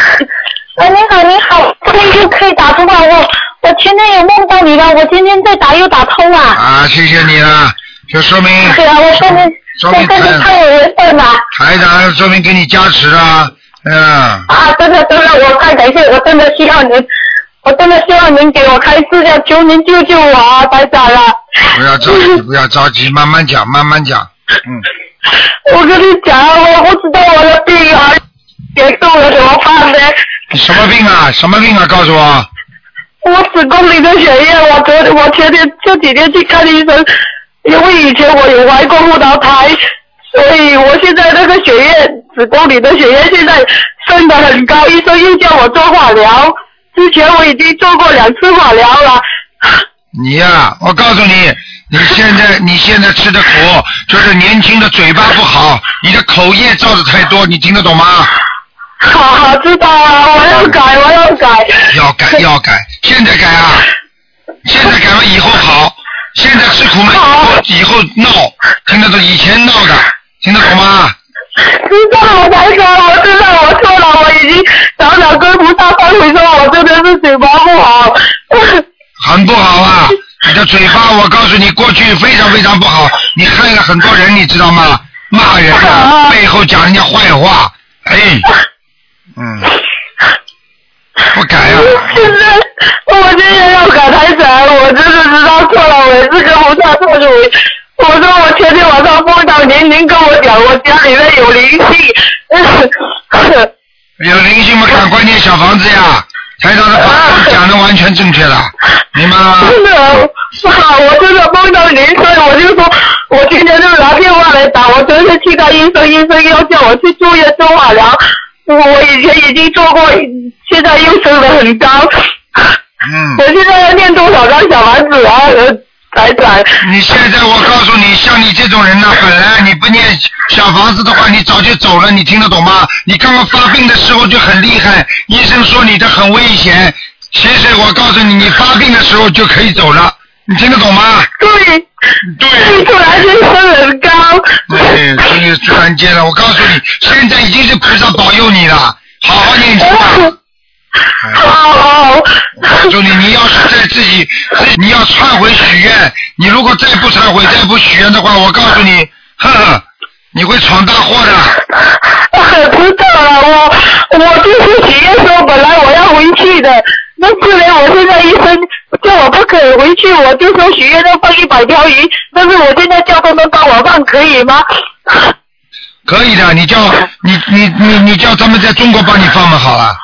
Speaker 3: 哎，你好，你好，今天就可以打通了，我我前天有梦到你了，我今天再打又打通了，
Speaker 1: 啊，谢谢你啊，就说明
Speaker 3: 对啊，我跟你，
Speaker 1: 说
Speaker 3: 我
Speaker 1: 明
Speaker 3: 跟你
Speaker 1: 台
Speaker 3: 太有缘分了，
Speaker 1: 台长说明给你加持啊，嗯，
Speaker 3: 啊，真的真的，我太感谢，我真的需要您，我真的希望您给我开示呀，求您救救我啊，台长了，
Speaker 1: 不要着
Speaker 3: *laughs*
Speaker 1: 急，不要着急，慢慢讲，慢慢讲，嗯。
Speaker 3: 我跟你讲啊，我不知道我的病啊，严重了怎么办呢？
Speaker 1: 你什么病啊？什么病啊？告诉我。
Speaker 3: 我子宫里的血液，我昨我前天这几天去看医生，因为以前我有怀过妇道胎，所以我现在那个血液子宫里的血液现在升得很高，医生又叫我做化疗，之前我已经做过两次化疗了，
Speaker 1: 你呀、我告诉你，你现
Speaker 3: *laughs*
Speaker 1: 在你现在吃的苦，就是年轻的嘴巴不好，你的口业造的太多，你听得懂吗？
Speaker 3: 好好知道啊，我要改，我要改。
Speaker 1: 要改
Speaker 3: *laughs*
Speaker 1: 要改，现在改啊！现在改了以后好，现在吃苦嘛，以后以后闹，听得懂？以前闹的，听得懂吗？
Speaker 3: 知道了，台长，我知道我错了，我已经早早跟菩萨忏悔，说我真的是嘴巴不好。
Speaker 1: *laughs* 很不好啊！你的嘴巴，我告诉你，过去非常非常不好，你害了很多人，你知道吗？骂人
Speaker 3: *laughs*
Speaker 1: 啊，背后讲人家坏话，哎，嗯，不改啊，
Speaker 3: 现在我今天要改台长，我真的知道错了，我也是跟菩萨忏悔。我说我前天晚上梦到您，您跟我讲我家里面有灵性。
Speaker 1: 有灵性嘛，赶快念小房子呀！台长的
Speaker 3: *laughs*
Speaker 1: 话讲的完全正确的，明白了吗？
Speaker 3: 真的，啊，我真的梦到您，所以我就说，我今天就拿电话来打，我真是去看医生，医生要叫我去住院做化疗，我以前已经做过，现在又升得很高，
Speaker 1: 嗯，
Speaker 3: 我现在要念多少张小丸子啊？呃台长，
Speaker 1: 你现在我告诉你，像你这种人
Speaker 3: *laughs*
Speaker 1: 呢、本来你不念小房子的话，你早就走了，你听得懂吗？你刚刚发病的时候就很厉害，医生说你的很危险，其实我告诉你，你发病的时候就可以走了，你听得懂吗？
Speaker 3: 对，
Speaker 1: 对，
Speaker 3: 突然间升很高，
Speaker 1: 对，所以突然间了，我告诉你，现在已经是菩萨保佑你了，好好念经
Speaker 3: 哎
Speaker 1: 吧。
Speaker 3: 好，
Speaker 1: *laughs* 告诉你，你要是在自己，自己你要忏悔许愿，你如果再不忏悔、再不许愿的话，我告诉你，呵呵，你会闯大祸的。
Speaker 3: 很知道了，我我就是许愿说本来我要回去的，但是呢，我现在医生叫我不可以回去，我就说许愿要放一百条鱼，但是我现在叫他们帮我放，可以吗？
Speaker 1: 可以的，你叫你你你你叫他们在中国帮你放嘛好了。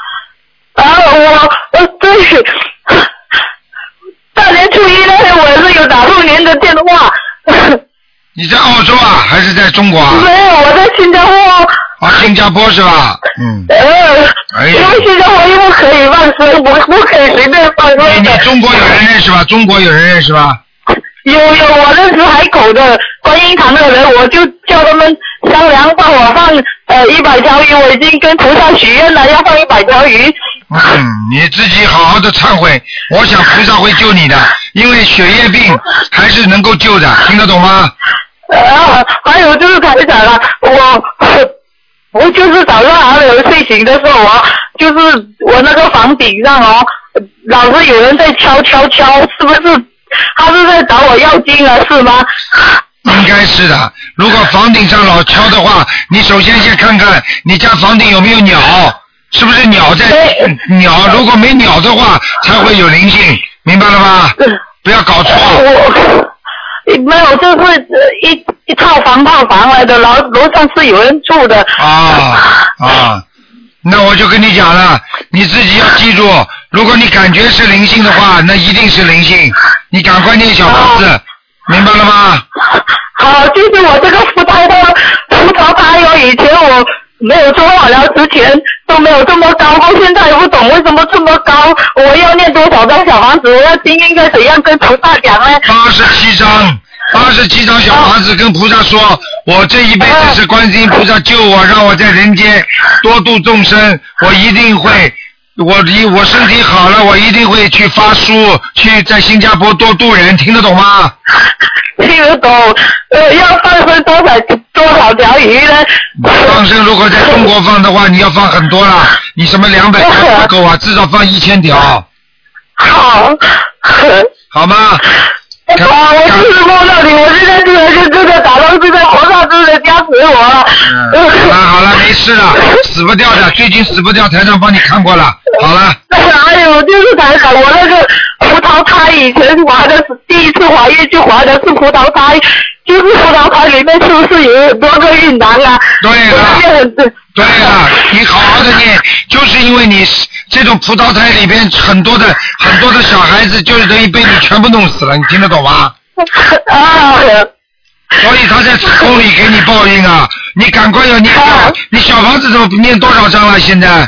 Speaker 3: 啊，我我真是大年初一那天我也是有打通您的电话，
Speaker 1: 你在澳洲啊，还是在中国啊？
Speaker 3: 没有我在新加坡，
Speaker 1: 啊，新加坡是吧？嗯，
Speaker 3: 呃，
Speaker 1: 哎
Speaker 3: 因为新加坡又不可以放生，不不可以随便放
Speaker 1: 你
Speaker 3: 生
Speaker 1: 你
Speaker 3: 的。
Speaker 1: 中国有人认识吧？中国有人认识吧？
Speaker 3: 有有，我认识海口的观音堂的人，我就叫他们商量帮我放呃一百条鱼，我已经跟菩萨许愿了，要放一百条鱼。
Speaker 1: 嗯，你自己好好的忏悔，我想菩萨会救你的，因为血液病还是能够救的，听得懂吗？
Speaker 3: 啊，还有就是台长啊，我我就是早上还没有睡醒的时候啊，就是我那个房顶上哦，老是有人在敲敲敲，是不是？他是在找我要经了是吗？
Speaker 1: 应该是的。如果房顶上老敲的话，你首先先看看你家房顶有没有鸟，是不是鸟在鸟？如果没鸟的话，才会有灵性，明白了吗？
Speaker 3: 嗯
Speaker 1: 不要搞错。
Speaker 3: 没有，就是呃一一套房套房来的，楼楼上是有人住的。
Speaker 1: 啊啊，那我就跟你讲了，你自己要记住，如果你感觉是灵性的话，那一定是灵性，你赶快念小房子，明白了吗？
Speaker 3: 好，就是我这个福胎的葡萄胎哦，以前我没有做化疗之前都没有这么高过，现在也不懂为什么这么高。我要念多少张小房子？我要经应该怎样跟菩萨讲呢？
Speaker 1: 八十七张，八十七张小房
Speaker 3: 哦
Speaker 1: 子跟菩萨说，我这一辈子是观世音菩萨救我，让我在人间多度众生，我一定会，我一我身体好了，我一定会去发书，去在新加坡多度人，听得懂吗？
Speaker 3: 听得懂？呃，要放生多少多少条鱼呢？
Speaker 1: 放生如果在中国放的
Speaker 3: *laughs*
Speaker 1: 话，你要放很多啦，你什么两百条不够啊，至少放一千条，
Speaker 3: 好。
Speaker 1: 好吗？
Speaker 3: 啊！我就是梦到你，我现在突然间真的打到这个菩萨真的加持我了。
Speaker 1: 嗯，好了好了，没事了，死不掉的，最近死不掉，台上帮你看过了，好了，
Speaker 3: 还有就是台长，我那个葡萄胎以前怀的是第一次怀孕就怀的是葡萄胎，就是葡萄胎里面是不是有很多个孕囊啊？
Speaker 1: 对
Speaker 3: 了，
Speaker 1: 对了，你好好的念，就是因为你这种葡萄胎里边很多的很多的小孩子，就是等于被你全部弄死了，你听得懂吗？
Speaker 3: 啊，
Speaker 1: 所以他在子宫里给你报应啊！你赶快要念掉，你小房子怎么念多少张了？现在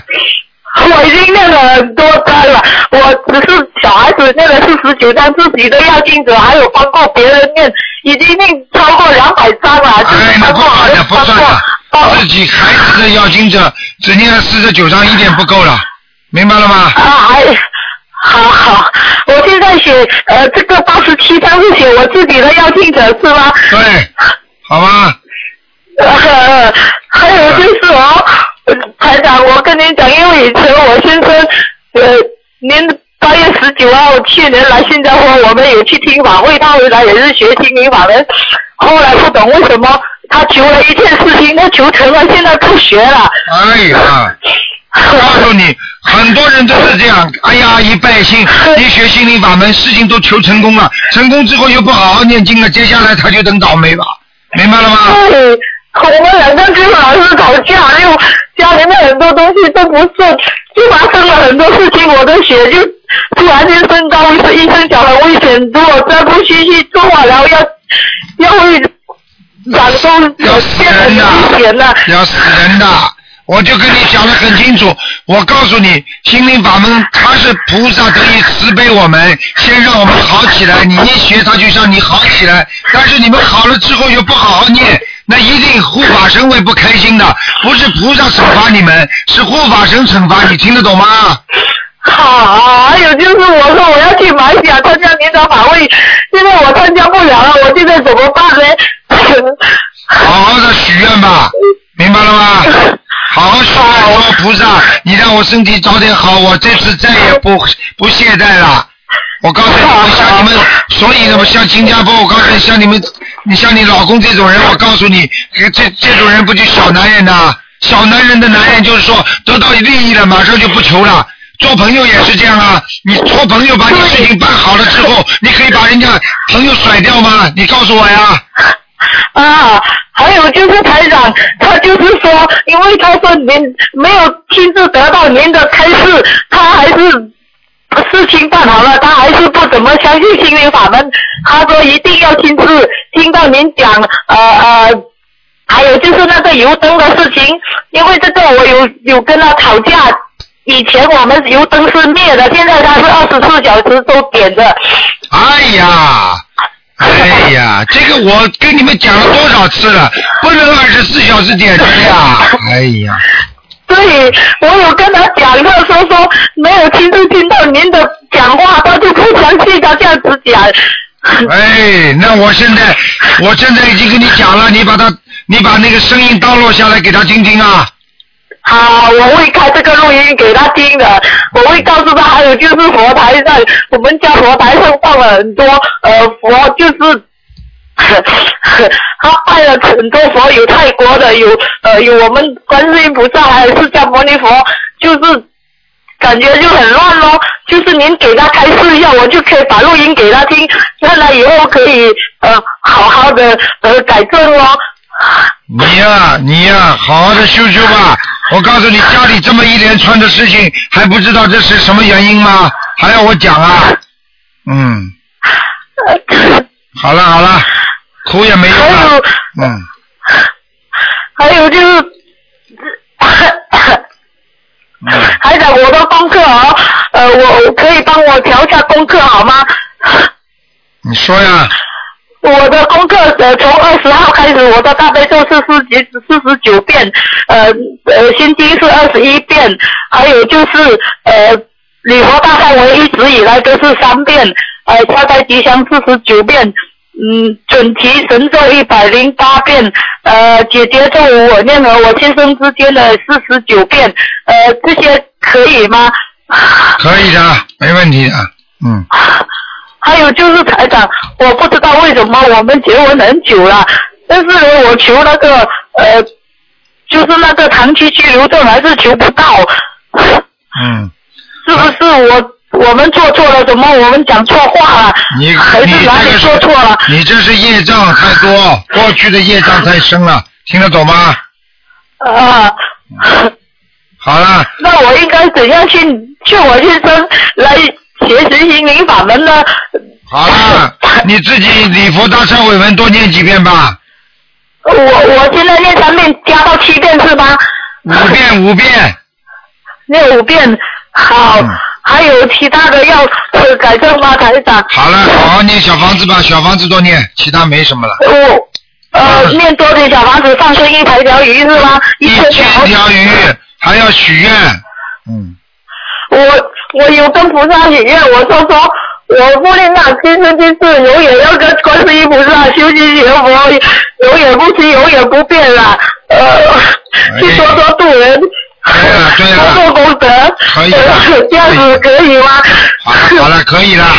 Speaker 3: 我已经念了很多单了，我只是小孩子念了四十九张，自己的要经者，还有帮过别人念，已经念超过两百张了，就是帮过好像
Speaker 1: 哎不算了，自己孩子的要经者只念了四十九张，一点不够了，明白了吗？
Speaker 3: 啊，还好好，我现在写呃这个八十七张是写我自己的要经者是吗？
Speaker 1: 对，好吧。
Speaker 3: *laughs* 呃，还有就是哦，呃台长，我跟您讲，因为以前我先生，呃，您八月十九号去年来新加坡，我们有去听法会，他回来也是学心灵法门，后来不懂为什么他求了一件事情，他求成了，现在不学了。
Speaker 1: 哎呀，告诉你，很多人都是这样。哎呀，一拜心，一学心灵法门，事情都求成功了，成功之后又不好好念经了，接下来他就等倒霉吧，明白了吗？
Speaker 3: 对，我们两个就老是吵架，又家里面很多东西都不顺，就发生了很多事情，我的血就突然间升高，医生医生讲了危险，如果再不继续做化疗，要要会长寿，
Speaker 1: 要死人的，要死人的。我就跟你讲的很清楚，我告诉你，心灵法门它是菩萨得以慈悲我们，先让我们好起来。你一学它就让你好起来，但是你们好了之后又不好好念，那一定护法神会不开心的。不是菩萨惩罚你们，是护法神惩罚你，听得懂吗？
Speaker 3: 好，还有哎就是我说我要去马来西亚参加年长法会，现在我参加不了了，我现在怎么办呢？
Speaker 1: 好好的许愿吧，明白了吗？好好许愿，说菩萨，你让我身体早点好，我这次再也不不懈怠了。我告诉你，我像你们，所以呢，我像新加坡，我告诉你，像你们，你像你老公这种人，我告诉你，这这这种人不就小男人呐、小男人的男人就是说得到利益了，马上就不求了。做朋友也是这样啊，你做朋友把你事情办好了之后，你可以把人家朋友甩掉吗？你告诉我呀。
Speaker 3: 啊，还有就是台长，他就是说，因为他说您没有亲自得到您的开示，他还是事情办好了，他还是不怎么相信心灵法门。他说一定要亲自听到您讲，呃呃，还有就是那个油灯的事情，因为这个我有有跟他吵架。以前我们油灯是灭的，现在它是二十四小时都点的。
Speaker 1: 哎呀，哎呀，这个我跟你们讲了多少次了，不能二十四小时
Speaker 3: *laughs*
Speaker 1: 点的呀！哎呀，
Speaker 3: 对，我有跟他讲，他说说没有亲自听到您的讲话，他就不相信，他这样子讲。
Speaker 1: 哎，那我现在，我现在已经跟你讲了，你把它，你把那个声音倒落下来给他听听啊。
Speaker 3: 好，我会开这个录音给他听的，我会告诉他。还有就是佛台上，我们家佛台上放了很多呃佛，就是 *laughs* 他拜了很多佛，有泰国的，有呃有我们观世音菩萨，还有释迦牟尼佛，就是感觉就很乱咯。就是您给他开示一下，我就可以把录音给他听，让他以后可以呃好好的呃改正咯。
Speaker 1: 你呀、你呀、好好的修修吧。我告诉你，家里这么一连串的事情，还不知道这是什么原因吗？还要我讲啊？嗯，好了好了，哭也没用了。嗯，
Speaker 3: 还有就是， *coughs* 还长，我的功课哦，呃，我可以帮我调一下功课好吗？
Speaker 1: 你说呀，
Speaker 3: 我的功课呃，从二十号开始，我的大悲咒是四十四十九遍，呃呃，心经是二十一遍，还有就是呃，礼佛大忏悔一直以来都是三遍，呃，消灾吉祥四十九遍，嗯，准提神咒一百零八遍，呃，姐姐咒我念和我先生之间的四十九遍，呃，这些可以吗？
Speaker 1: 可以的，没问题的。嗯，
Speaker 3: 还有就是台长，我不知道为什么我们结婚很久了，但是呢我求那个呃，就是那个长期居留证还是求不到。
Speaker 1: 嗯。
Speaker 3: *laughs* 是不是我我们做错了什么？我们讲错话了？
Speaker 1: 你
Speaker 3: 还
Speaker 1: 你
Speaker 3: 是哪
Speaker 1: 这
Speaker 3: 里
Speaker 1: 个
Speaker 3: 做错了？
Speaker 1: 你这是业障太多，过去的业障太深了，听得懂吗？
Speaker 3: 啊、
Speaker 1: 好了，
Speaker 3: 那我应该怎样去劝我先生来学习心灵法门呢？
Speaker 1: 好了，你自己礼佛大忏悔文多念几遍吧，
Speaker 3: 我我现在念三遍，加到七遍是吧？
Speaker 1: 五遍五遍。
Speaker 3: 念五遍，好。还有其他的要呃改正吗，台长？
Speaker 1: 好了，好好念小房子吧，小房子多念，其他没什么了。
Speaker 3: 我呃念多点小房子放生一百条鱼是吗？一千条
Speaker 1: 一条鱼还要许愿，
Speaker 3: 我我有跟菩萨许愿，我说说我不念那今生今世永远要跟观世音菩萨修心学佛，永远不欺，永远不变了。呃，去多多度人， *laughs* 多做功德，
Speaker 1: 可以
Speaker 3: *laughs* 呃这样子可以吗？
Speaker 1: 好了好了，可以了，
Speaker 3: *laughs*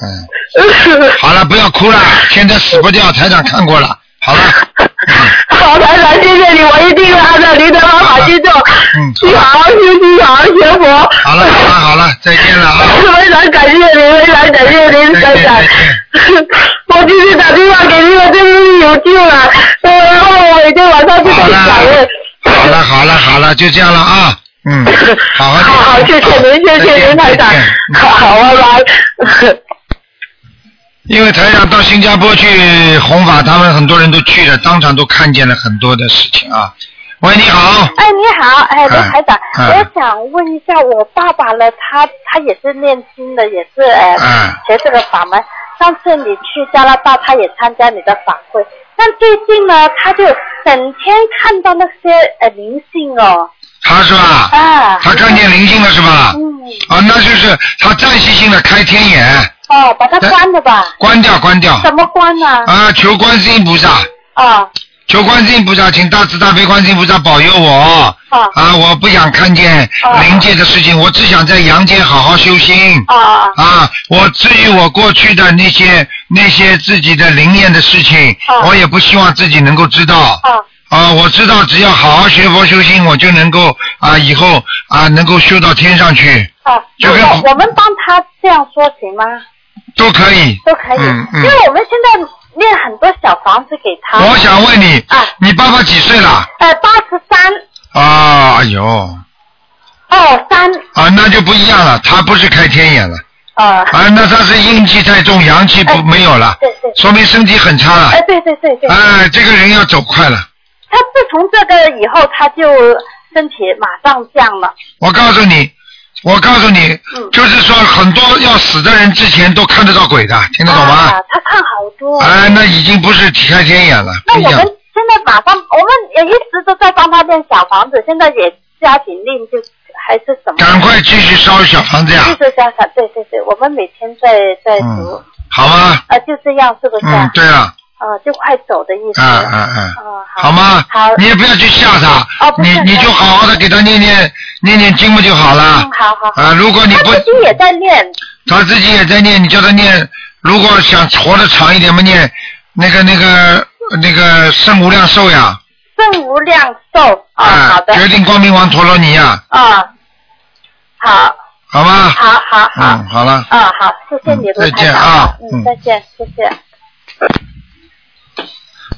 Speaker 1: 嗯，好了，不要哭了，现在死不掉，台长看过了，好了，
Speaker 3: 好，台长，谢谢你，我一定会按照您的方法去做。你好好休息，好好学佛。
Speaker 1: 嗯好了好了好了，再见了啊，
Speaker 3: 非常感谢您，非常感谢您，台长。我继续打电话给您，我真是有救了。呃，我每天晚上去跟你讲的。
Speaker 1: 好了好了好了，就这样了啊，
Speaker 3: *laughs*
Speaker 1: 嗯，好好
Speaker 3: 好好，谢谢您，谢谢您，台长。好好，拜拜。
Speaker 1: *laughs* 因为台长到新加坡去弘法，他们很多人都去了，当场都看见了很多的事情啊。喂，你好，
Speaker 2: 哎，你好，哎，刘台长，
Speaker 1: 嗯
Speaker 2: 我想问一下，我爸爸呢，他他也是念经的，也是呃、
Speaker 1: 嗯
Speaker 2: 学这个法门。上次你去加拿大，他也参加你的法会，但最近呢，他就整天看到那些呃灵性哦，
Speaker 1: 他是吧？
Speaker 2: 啊，嗯
Speaker 1: 他看见灵性了是吧？
Speaker 3: 嗯
Speaker 1: 啊，那就是他暂时性的开天眼，
Speaker 2: 哦，把它关了吧，
Speaker 1: 哎关掉关掉
Speaker 2: 怎么关呢、啊？
Speaker 1: 啊，求观世音菩萨，
Speaker 2: 啊
Speaker 1: 求观世音菩萨，请大慈大悲观世音菩萨保佑我。
Speaker 2: 啊
Speaker 1: 我不想看见灵界的事情，我只想在阳间好好修心。
Speaker 2: 啊
Speaker 1: 啊！我至于我过去的那些那些自己的灵验的事情，我也不希望自己能够知道。
Speaker 2: 啊
Speaker 1: 我知道，只要好好学佛修心，我就能够啊，以后啊，能够修到天上去，
Speaker 2: 啊，
Speaker 1: 就跟
Speaker 2: 我我们帮他这样说行吗？
Speaker 1: 都可以。
Speaker 2: 都可以，
Speaker 1: 嗯嗯
Speaker 2: 因为我们现在念很多小房子给他。
Speaker 1: 我想问你，
Speaker 2: 啊
Speaker 1: 你爸爸几岁了？
Speaker 2: 呃，八十三
Speaker 1: 啊，哎呦，
Speaker 2: 二三，
Speaker 1: 啊，那就不一样了，他不是开天眼了。
Speaker 2: 啊
Speaker 1: 啊，那他是阴气太重，阳气不没有了，
Speaker 2: 哎对对，
Speaker 1: 说明身体很差了
Speaker 2: 哎、。对对对对。
Speaker 1: 哎，这个人要走快了。
Speaker 2: 他自从这个以后，他就身体马上降了。
Speaker 1: 我告诉你，我告诉你，
Speaker 2: 嗯
Speaker 1: 就是说很多要死的人之前都看得到鬼的，听得懂吗？
Speaker 2: 啊，他看好多。
Speaker 1: 哎，那已经不是开天眼了，
Speaker 2: 那
Speaker 1: 不一
Speaker 2: 我
Speaker 1: 样
Speaker 2: 们。现在马上，我们也一直都在帮他建小房子，现在也加紧练，就还是什么？
Speaker 1: 赶快继续烧小房子呀
Speaker 2: 继续加上，对对对，我们每天在在读。
Speaker 1: 嗯，好吗？
Speaker 2: 啊，就这样，是不是？
Speaker 1: 嗯，对了，
Speaker 2: 啊，就快走的意思。
Speaker 1: 嗯嗯嗯，好吗？
Speaker 2: 哦好
Speaker 1: 你也不要去吓他，
Speaker 2: 哦不是
Speaker 1: 你你就好好的给他念念念念经不就好了？
Speaker 2: 嗯，好好。
Speaker 1: 啊如果你不
Speaker 2: 他自己也在念，
Speaker 1: 他自己也在念，你叫他念。如果想活得长一点嘛，念那个那个那个圣无量寿呀，
Speaker 2: 正无量寿啊，好的
Speaker 1: 决定光明王陀罗尼呀，
Speaker 2: 啊，好，
Speaker 1: 好吗？
Speaker 2: 好好好，
Speaker 1: 嗯，好了。
Speaker 2: 啊，好，谢谢你，
Speaker 1: 嗯
Speaker 2: 卢
Speaker 1: 再
Speaker 2: 台
Speaker 1: 见
Speaker 2: 长
Speaker 1: 啊嗯
Speaker 2: 嗯，再见，谢谢。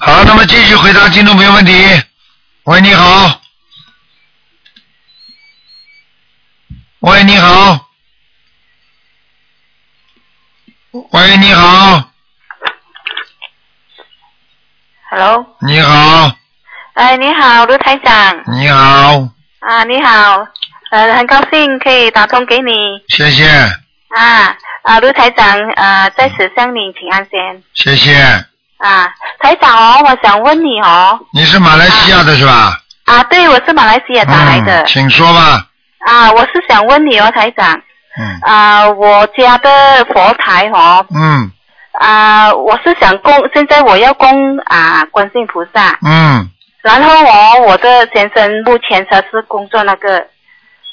Speaker 1: 好，那么继续回答听众朋友问题。喂，你好。喂，你好。喂，你好，
Speaker 10: Hello，
Speaker 1: 你好，
Speaker 10: 哎，你好，卢台长
Speaker 1: 你好，
Speaker 10: 啊，你好，呃，很高兴可以打通给你
Speaker 1: 谢谢，
Speaker 10: 啊啊，卢台长，呃，在此向你请安先
Speaker 1: 谢谢。
Speaker 10: 啊，台长哦，我想问你哦，
Speaker 1: 你是马来西亚的是吧？
Speaker 10: 啊，对，我是马来西亚打来的、
Speaker 1: 嗯，请说吧。
Speaker 10: 啊，我是想问你哦，台长，
Speaker 1: 嗯
Speaker 10: 啊，我家的佛台哦，
Speaker 1: 嗯
Speaker 10: 啊，我是想供，现在我要供啊观世音菩萨，
Speaker 1: 嗯
Speaker 10: 然后哦，我的先生目前他是工作那个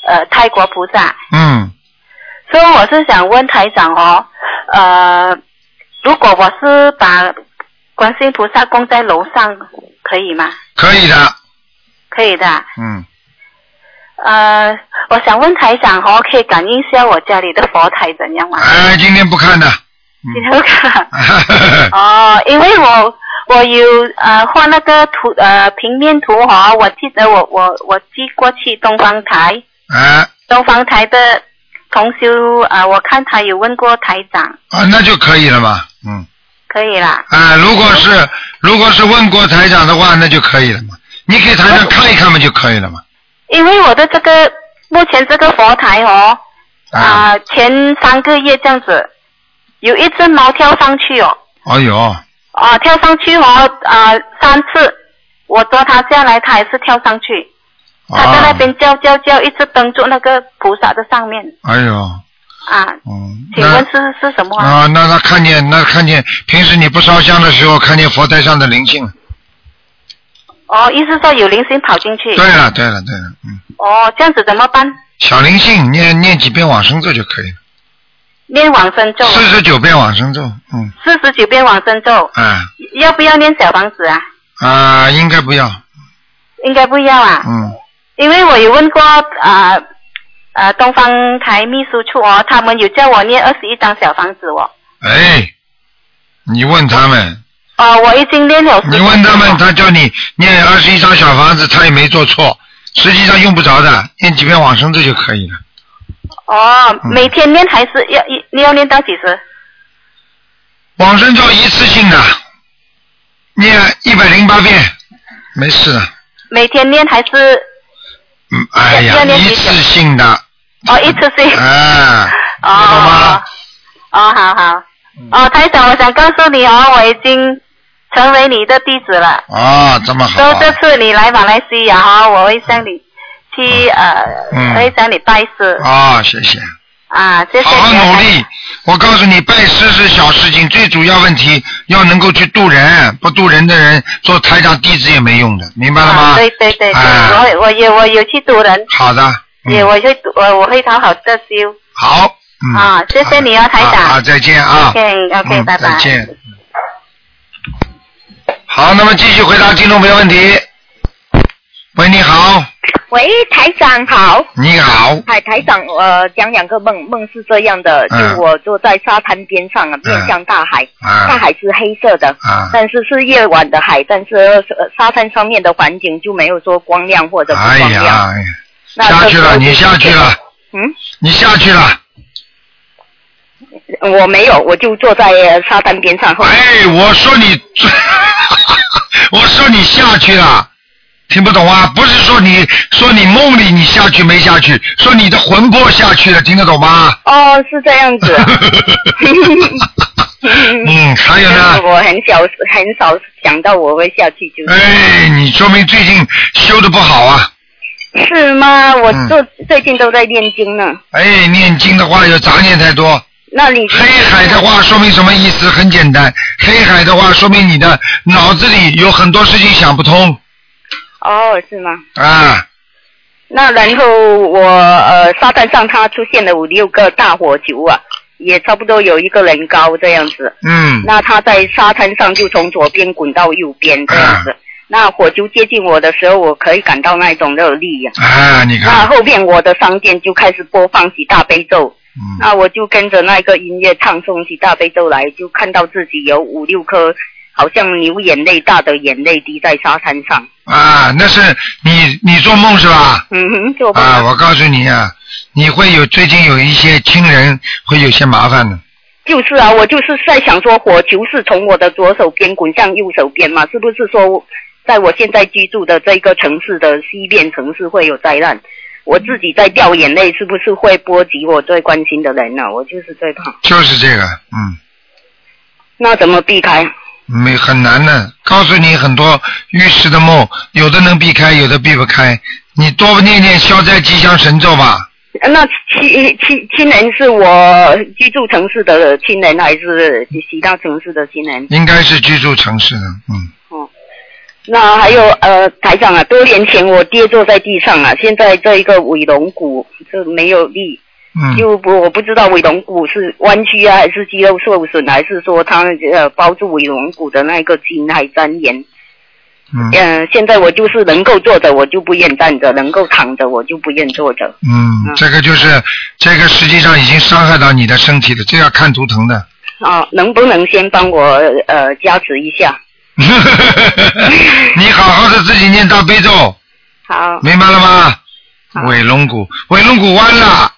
Speaker 10: 呃泰国菩萨，
Speaker 1: 嗯，
Speaker 10: 所以我是想问台长哦，呃，如果我是把观世音菩萨供在楼上，可以吗？
Speaker 1: 可以的，啊
Speaker 10: 可以的。
Speaker 1: 嗯。
Speaker 10: 呃，我想问台长哦，可以感应一下我家里的佛台怎样吗？
Speaker 1: 哎，今天不看的。
Speaker 10: 你能看？ *laughs* 哦，因为我我有呃画那个图呃平面图哦哈、我记得我我我寄过去东方台，
Speaker 1: *laughs* 哎
Speaker 10: 东方台的同修啊、呃我看他有问过台长，
Speaker 1: 啊，那就可以了嘛，嗯，
Speaker 10: 可以啦。
Speaker 1: 啊，如果是如果是问过台长的话，那就可以了嘛，你给台长看一看嘛就可以了嘛，
Speaker 10: 因为我的这个目前这个佛台哦，啊、前三个月这样子，有一只猫跳上去哦，
Speaker 1: 哎呦，
Speaker 10: 啊、跳上去哦，啊、三次，我抓它下来，它还是跳上去，它在那
Speaker 1: 啊，
Speaker 10: 边叫叫叫，一直蹬住那个菩萨的上面
Speaker 1: 哎呦，
Speaker 10: 啊，
Speaker 1: 嗯，
Speaker 10: 请
Speaker 1: 那
Speaker 10: 问是是什么啊？
Speaker 1: 啊，那他看见那看见平时你不烧香的时候看见佛台上的灵性，
Speaker 10: 哦，意思说有灵性跑进去。
Speaker 1: 对了对了对了，嗯，
Speaker 10: 哦，这样子怎么办？
Speaker 1: 小灵性念念几遍往生咒就可以了，
Speaker 10: 念往生咒，啊
Speaker 1: 四十九遍往生咒，嗯，
Speaker 10: 四十九遍往生咒，
Speaker 1: 哎，
Speaker 10: 要不要念小房子啊？
Speaker 1: 啊，应该不要，
Speaker 10: 应该不要啊，
Speaker 1: 嗯，
Speaker 10: 因为我有问过啊啊、呃东方台秘书处哦，他们有叫我念二十一张小房子哦。
Speaker 1: 哎，你问他们，
Speaker 10: 哦，我已经念了十。
Speaker 1: 你问他们，他叫你念二十一张小房子，他也没做错，实际上用不着的，念几遍往生咒就可以了。
Speaker 10: 哦，每天念还是要一你要念到几时？
Speaker 1: 往生咒一次性的，念一百零八遍，没事的。
Speaker 10: 每天念还是
Speaker 1: 嗯，哎
Speaker 10: 要
Speaker 1: 呀，
Speaker 10: 念几
Speaker 1: 一
Speaker 10: 遍
Speaker 1: 次性的，
Speaker 10: 哦一次性？
Speaker 1: 啊，
Speaker 10: 哦 *laughs* 哦，好好。
Speaker 1: 嗯
Speaker 10: 哦，台长，我想告诉你哦，我已经成为你的弟子了。
Speaker 1: 啊，这么
Speaker 10: 所以
Speaker 1: 好，
Speaker 10: 这次你来马来西亚哈，我会向你去呃，
Speaker 1: 嗯
Speaker 10: 我会向你拜师
Speaker 1: 啊，谢谢。
Speaker 10: 啊，谢谢
Speaker 1: 好好
Speaker 10: 你啊。
Speaker 1: 努力。我告诉你，拜师是小事情，最主要问题要能够去渡人，不渡人的人做台长弟子也没用的，明白了
Speaker 10: 啊
Speaker 1: 吗？
Speaker 10: 对对对对，
Speaker 1: 哎
Speaker 10: 我我有我有去读人，
Speaker 1: 好的，
Speaker 10: 也我会读我我会好好的修
Speaker 1: 好，嗯，
Speaker 10: 啊，谢谢你啊，台
Speaker 1: 啊，
Speaker 10: 长。
Speaker 1: 再见啊
Speaker 10: OK OK，
Speaker 1: 嗯
Speaker 10: 拜拜
Speaker 1: 再。见。嗯好，那么继续回答听众朋友问题。喂，你好，
Speaker 11: 喂，台长好。
Speaker 1: 你好，
Speaker 11: 哎，台长，呃，讲两个梦，梦是这样的，就
Speaker 1: 嗯
Speaker 11: 我坐在沙滩边上啊，面向大海，
Speaker 1: 嗯
Speaker 11: 大海是黑色的，
Speaker 1: 嗯
Speaker 11: 但是是夜晚的海，但是呃沙滩上面的环境就没有说光亮或者不
Speaker 1: 哎
Speaker 11: 光亮。
Speaker 1: 呀，
Speaker 11: 那
Speaker 1: 下
Speaker 11: 这嗯
Speaker 1: 去
Speaker 11: 时
Speaker 10: 啊
Speaker 11: 候
Speaker 1: 了，
Speaker 11: 就
Speaker 1: 你
Speaker 11: 是
Speaker 1: 下去
Speaker 11: 觉得
Speaker 1: 了，你下去了。
Speaker 11: 嗯，我没有，我就坐在呃沙滩边上。
Speaker 1: 哎，我说你， *laughs* 我说你下去了，听不懂啊？不是说你说你梦里你下去没下去，说你的魂魄下去了，听得懂吗？
Speaker 11: 哦，是这样子啊。
Speaker 1: 嗯，还
Speaker 11: *laughs*
Speaker 1: 有呢，
Speaker 11: 我很小很少想到我会下去，就是。
Speaker 1: 哎，你说明最近修的不好啊。
Speaker 11: 是吗？我
Speaker 1: 嗯
Speaker 11: 最、最近都在念经呢。
Speaker 1: 哎，念经的话有杂念太多。
Speaker 11: 那你
Speaker 1: 黑海的话说明什么意思？很简单，黑海的话说明你的脑子里有很多事情想不通
Speaker 11: 哦，是吗？
Speaker 1: 啊。
Speaker 11: 那然后我呃，沙滩上它出现了五六个大火球啊，也差不多有一个人高这样子。
Speaker 1: 嗯
Speaker 11: 那它在沙滩上就从左边滚到右边这样子。
Speaker 1: 啊
Speaker 11: 那火球接近我的时候，我可以感到那一种热力呀、
Speaker 1: 啊，你看。
Speaker 11: 那后面我的商店就开始播放起大悲咒，
Speaker 1: 嗯
Speaker 6: Mm.
Speaker 11: 那我就跟着那个音乐唱诵起大悲咒来，就看到自己有五六颗好像流眼泪大的眼泪滴在沙滩上。
Speaker 1: 啊，那是你你做梦是吧？
Speaker 11: 嗯哼，做梦
Speaker 1: 啊，我告诉你啊，你会有最近有一些亲人会有些麻烦的。
Speaker 11: 就是啊，我就是在想说，火球是从我的左手边滚向右手边嘛，是不是说，在我现在居住的这个城市的西边城市会有灾难？我自己在掉眼泪，是不是会波及我最关心的人呢、我就是最怕。
Speaker 1: 就是这个，嗯，
Speaker 11: 那怎么避开？
Speaker 1: 没很难的。告诉你很多预示的梦，有的能避开，有的避不开。你多念念消灾吉祥神咒吧。
Speaker 11: 那亲亲亲人是我居住城市的亲人，还是其他城市的亲人？
Speaker 1: 应该是居住城市的，嗯，
Speaker 11: 那还有呃，台长啊，多年前我跌坐在地上啊，现在这一个尾龙骨就没有力，
Speaker 1: 嗯
Speaker 11: 就不我不知道尾龙骨是弯曲啊，还是肌肉受损，还是说它呃包住尾龙骨的那个筋还粘连。
Speaker 1: 嗯
Speaker 11: 呃，现在我就是能够坐着，我就不愿站着；能够躺着，我就不愿坐着。
Speaker 1: 嗯，这个就是这个实际上已经伤害到你的身体了，这要看图腾的。 *laughs*
Speaker 11: 啊，能不能先帮我呃加持一下？
Speaker 1: 你好好的自己念大悲咒，
Speaker 11: 好，
Speaker 1: 明白了吗？尾龙骨，尾龙骨弯了，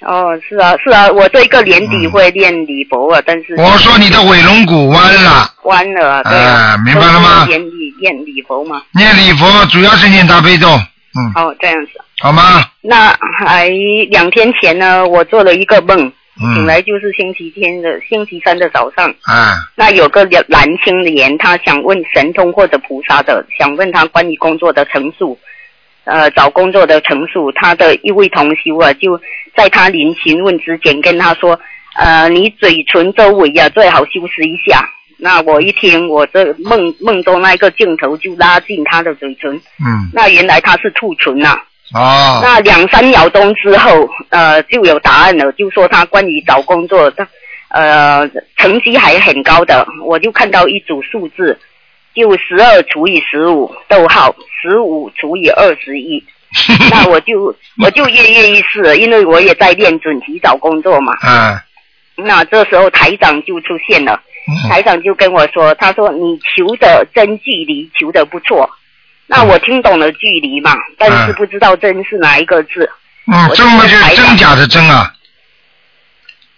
Speaker 11: 哦，是啊，是啊，我这一个年底会练李博啊，但是
Speaker 1: 我说你的尾龙骨弯了，
Speaker 11: 弯了啊，对
Speaker 1: 哎明白了吗
Speaker 11: 都是练李练李博嘛，
Speaker 1: 念礼佛主要是念大悲咒，嗯，
Speaker 11: 哦，这样子。
Speaker 1: 好吗？
Speaker 11: 那还两天前呢，我做了一个梦，
Speaker 1: 嗯
Speaker 11: 醒来就是星期天的星期三的早上，
Speaker 1: 哎，
Speaker 11: 那有个蓝青年，他想问神通或者菩萨的，想问他关于工作的层数，呃，找工作的层数。他的一位同修啊，就在他临询问之前跟他说，呃，你嘴唇周围啊最好修饰一下。那我一听，我这梦梦中那个镜头就拉近他的嘴唇，
Speaker 1: 嗯，
Speaker 11: 那原来他是兔唇啊呐、
Speaker 1: 哦，
Speaker 11: 那两三秒钟之后，呃，就有答案了，就说他关于找工作的，呃，成绩还很高的，我就看到一组数字，就十二除以十五，逗号十五除以二十一，那我就我就跃跃欲试了，因为我也在练准提找工作嘛。
Speaker 1: 哎，
Speaker 11: 那这时候台长就出现了，
Speaker 1: 嗯
Speaker 11: 台长就跟我说，他说你求的真距离求的不错，那我听懂了距离嘛，但是不知道真是哪一个字。
Speaker 1: 嗯，
Speaker 11: 我
Speaker 1: 真
Speaker 11: 问
Speaker 1: 不就是
Speaker 11: 台长
Speaker 1: 真假的真啊？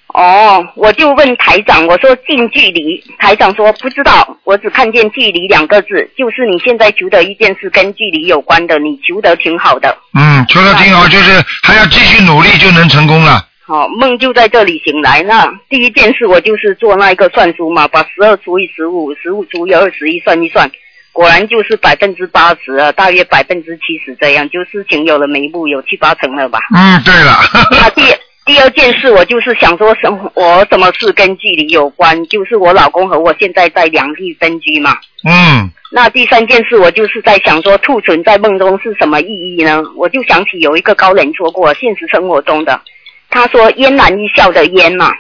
Speaker 11: 哦，我就问台长，我说近距离，台长说不知道，我只看见距离两个字，就是你现在求的一件事跟距离有关的，你求得挺好的。
Speaker 1: 嗯，求得挺好，就是还要继续努力就能成功了。
Speaker 11: 好、梦就在这里醒来那第一件事我就是做那一个算术嘛，把十二除以十五，十五除以二十一算一算，果然就是百分之八十啊，大约百分之七十这样，就事情有了眉目，有七八成了吧。
Speaker 1: 嗯，对了， *laughs*
Speaker 11: 那第第二件事，我就是想说什么我什么事跟距离有关，就是我老公和我现在在两地分居嘛。
Speaker 1: 嗯
Speaker 11: 那第三件事，我就是在想说，兔唇在梦中是什么意义呢？我就想起有一个高人说过，现实生活中的，他说嫣然一笑的嫣嘛，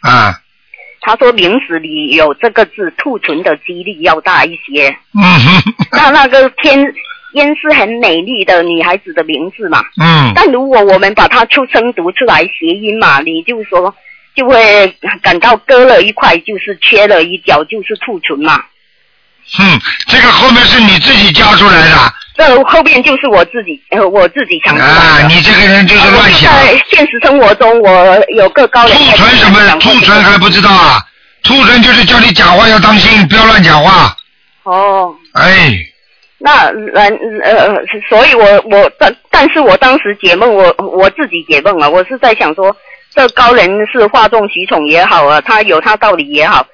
Speaker 1: 啊，
Speaker 11: 他说名字里有这个字，兔唇的几率要大一些。
Speaker 1: 嗯哼，
Speaker 11: 那那个天嫣是很美丽的女孩子的名字嘛，
Speaker 1: 嗯
Speaker 11: 但如果我们把它出声读出来谐音嘛，你就说就会感到割了一块，就是缺了一角，就是兔唇嘛。
Speaker 1: 哼，这个后面是你自己加出来的，
Speaker 11: 这呃后面就是我自己，呃，我自己想出来的。
Speaker 1: 啊你这个人就是乱想
Speaker 11: 呃我在现实生活中，我有个高人
Speaker 1: 兔唇什么？兔唇还不知道啊？兔唇就是叫你讲话要当心，不要乱讲话。
Speaker 11: 哦，
Speaker 1: 哎，
Speaker 11: 那然呃，所以我我但但是我当时解梦，我我自己解梦啊，我是在想说，这高人是哗众取宠也好啊，他有他道理也好，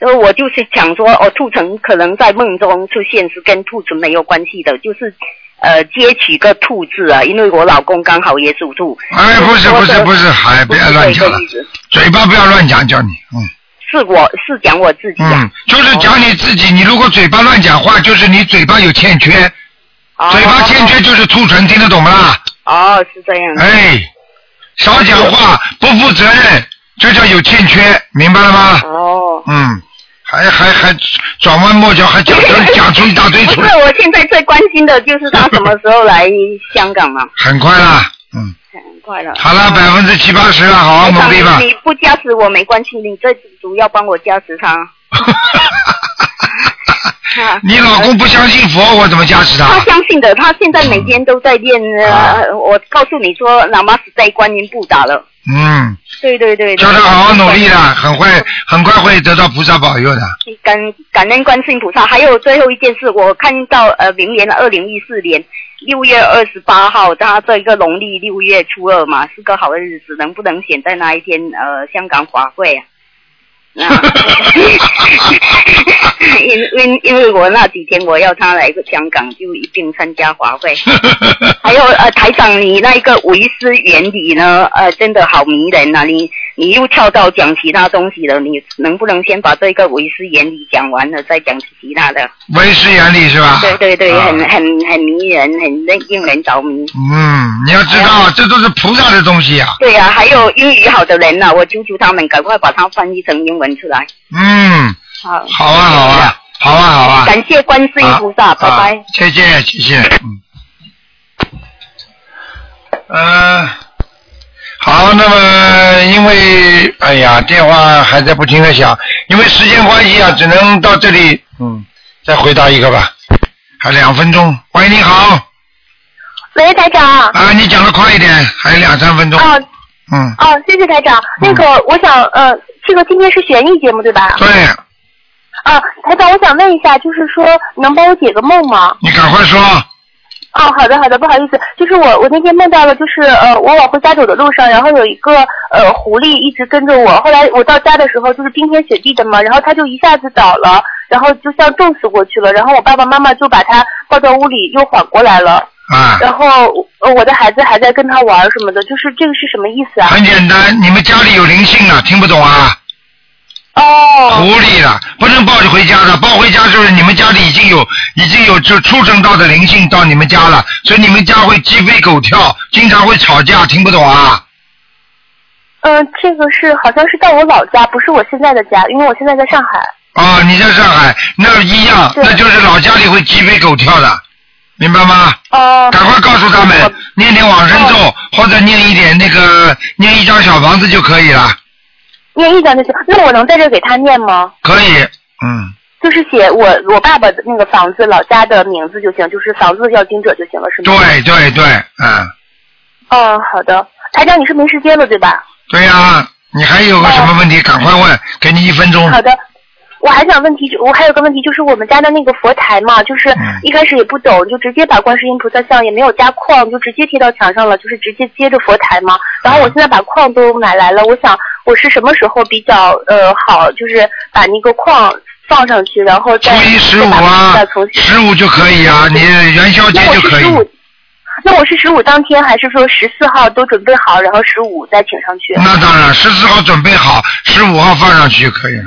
Speaker 11: 呃，我就是想说，哦，兔唇可能在梦中出现是跟兔唇没有关系的，就是呃接取个兔字啊，因为我老公刚好也属兔。
Speaker 1: 哎，不是不是不是，还不要乱
Speaker 11: 这
Speaker 1: 讲
Speaker 11: 个
Speaker 1: 了
Speaker 11: 意，思，
Speaker 1: 嘴巴不要乱讲，叫你，嗯
Speaker 11: 是我是讲我自己啊
Speaker 1: 嗯，，就是讲你自己，你如果嘴巴乱讲话，就是你嘴巴有欠缺，嘴巴欠缺就是兔唇，听得懂不啦？
Speaker 11: 哦，是这样。
Speaker 1: 哎，少讲话，不负责任，这叫有欠缺，明白了吗？
Speaker 11: 哦。
Speaker 1: 嗯，还还还转弯抹角，还讲出讲出一大堆出
Speaker 11: 不 *laughs*
Speaker 1: 来
Speaker 11: 是，，我现在最关心的就是他什么时候来香港嘛？
Speaker 1: 很快啦，嗯，
Speaker 11: 很快了。嗯
Speaker 1: 好了，百分之七八十了，好啊好努
Speaker 11: 台长
Speaker 1: 力吧
Speaker 11: 你。你不加持我没关系，你最主要帮我加持他。啊
Speaker 1: *laughs* 你老公不相信佛，我怎么加持
Speaker 11: *laughs* 他
Speaker 1: 他？嗯
Speaker 11: 相信的，他现在每天都在练。呃，我告诉你说，哪怕是在观音不打了。
Speaker 1: 嗯，
Speaker 11: 对对对。
Speaker 1: 叫他好好努力的，
Speaker 11: *laughs*
Speaker 1: 很快很快会得到菩萨保佑的。
Speaker 11: 感感恩观世音菩萨。还有最后一件事，我看到呃，明年二零一四年六月二十八号，它这个农历六月初二嘛，是个好的日子，能不能选在那一天？呃，香港法会啊。那因因因为我那几天我要他来个香港，就一并参加华会。还有呃，台长，你那一个维斯原理呢？呃，真的好迷人呐、你你又跳到讲其他东西了，你能不能先把这个维斯原理讲完了，再讲其他的？
Speaker 1: 唯识原理是吧？
Speaker 11: 对对对，
Speaker 1: 啊
Speaker 11: 很很很迷人，很令令人着迷。
Speaker 1: 嗯，你要知
Speaker 11: 哎
Speaker 1: 道，这都是菩萨的东西啊。
Speaker 11: 对呀、还有英语好的人呐、我求求他们赶快把它翻译成英文出来。
Speaker 1: 嗯，
Speaker 11: 好，
Speaker 1: 好啊，好啊，好啊，好啊。
Speaker 11: 感谢观世音菩萨，拜拜。
Speaker 1: 啊谢谢，谢谢。嗯。呃，好，那么因为哎呀，电话还在不停的响，因为时间关系啊，只能到这里。嗯，再回答一个吧，还两分钟。喂，你好，
Speaker 8: 喂，台长。
Speaker 1: 啊，你讲的快一点，还有两三分钟。
Speaker 8: 哦，
Speaker 1: 嗯，
Speaker 12: 哦，谢谢台长。那个，我想，呃，这个今天是悬疑节目对吧？
Speaker 1: 对。
Speaker 12: 啊，台长，我想问一下，就是说，能帮我解个梦吗？
Speaker 1: 你赶快说。
Speaker 12: 哦，好的好的，不好意思，就是我我那天梦到了，就是呃，我往回家走的路上，然后有一个呃狐狸一直跟着我，后来我到家的时候就是冰天雪地的嘛，然后它就一下子倒了，然后就像撞死过去了，然后我爸爸妈妈就把它抱到屋里又缓过来了。
Speaker 1: 啊。
Speaker 12: 然后呃我的孩子还在跟他玩什么的，就是这个是什么意思啊？
Speaker 1: 很简单，你们家里有灵性了，听不懂啊？
Speaker 12: 哦。
Speaker 1: 狐狸了，不能抱着回家的，抱回家就是你们家里已经有已经有就畜生道的灵性到你们家了，所以你们家会鸡飞狗跳，经常会吵架，听不懂啊？
Speaker 12: 嗯、这个是好像是在我老家，不是我现在的家，因为我现在在上海。
Speaker 1: 啊，你在上海那一样，那就是老家里会鸡飞狗跳的，明白吗？
Speaker 12: 哦。
Speaker 1: 赶快告诉他们，念点往生咒，或者念一点那个念一张小房子就可以了，
Speaker 12: 念一张就行，那我能在这给他念吗？
Speaker 1: 可以，嗯，
Speaker 12: 就是写我我爸爸的那个房子老家的名字就行，就是房子要经者就行了，是吗？
Speaker 1: 对对对，嗯，
Speaker 12: 哦，好的，台长，你是没时间了对吧？
Speaker 1: 对呀、你还有个什么问题？赶快问，给你一分钟。
Speaker 12: 哦好的，我还想问题，我还有个问题，就是我们家的那个佛台嘛，就是
Speaker 1: 嗯
Speaker 12: 一开始也不懂，就直接把观世音菩萨像也没有加框，就直接贴到墙上了，就是直接接着佛台嘛。然后我现在把框都买来了，我想我是什么时候比较呃好，就是把那个框放上去，然后再初一
Speaker 1: 十五啊，十五就可以啊，你元宵节就可以。
Speaker 12: 那我是十五当天，还是说十四号都准备好，然后十五再请上去？
Speaker 1: 那当然，十四号准备好，十五号放上去就可以了。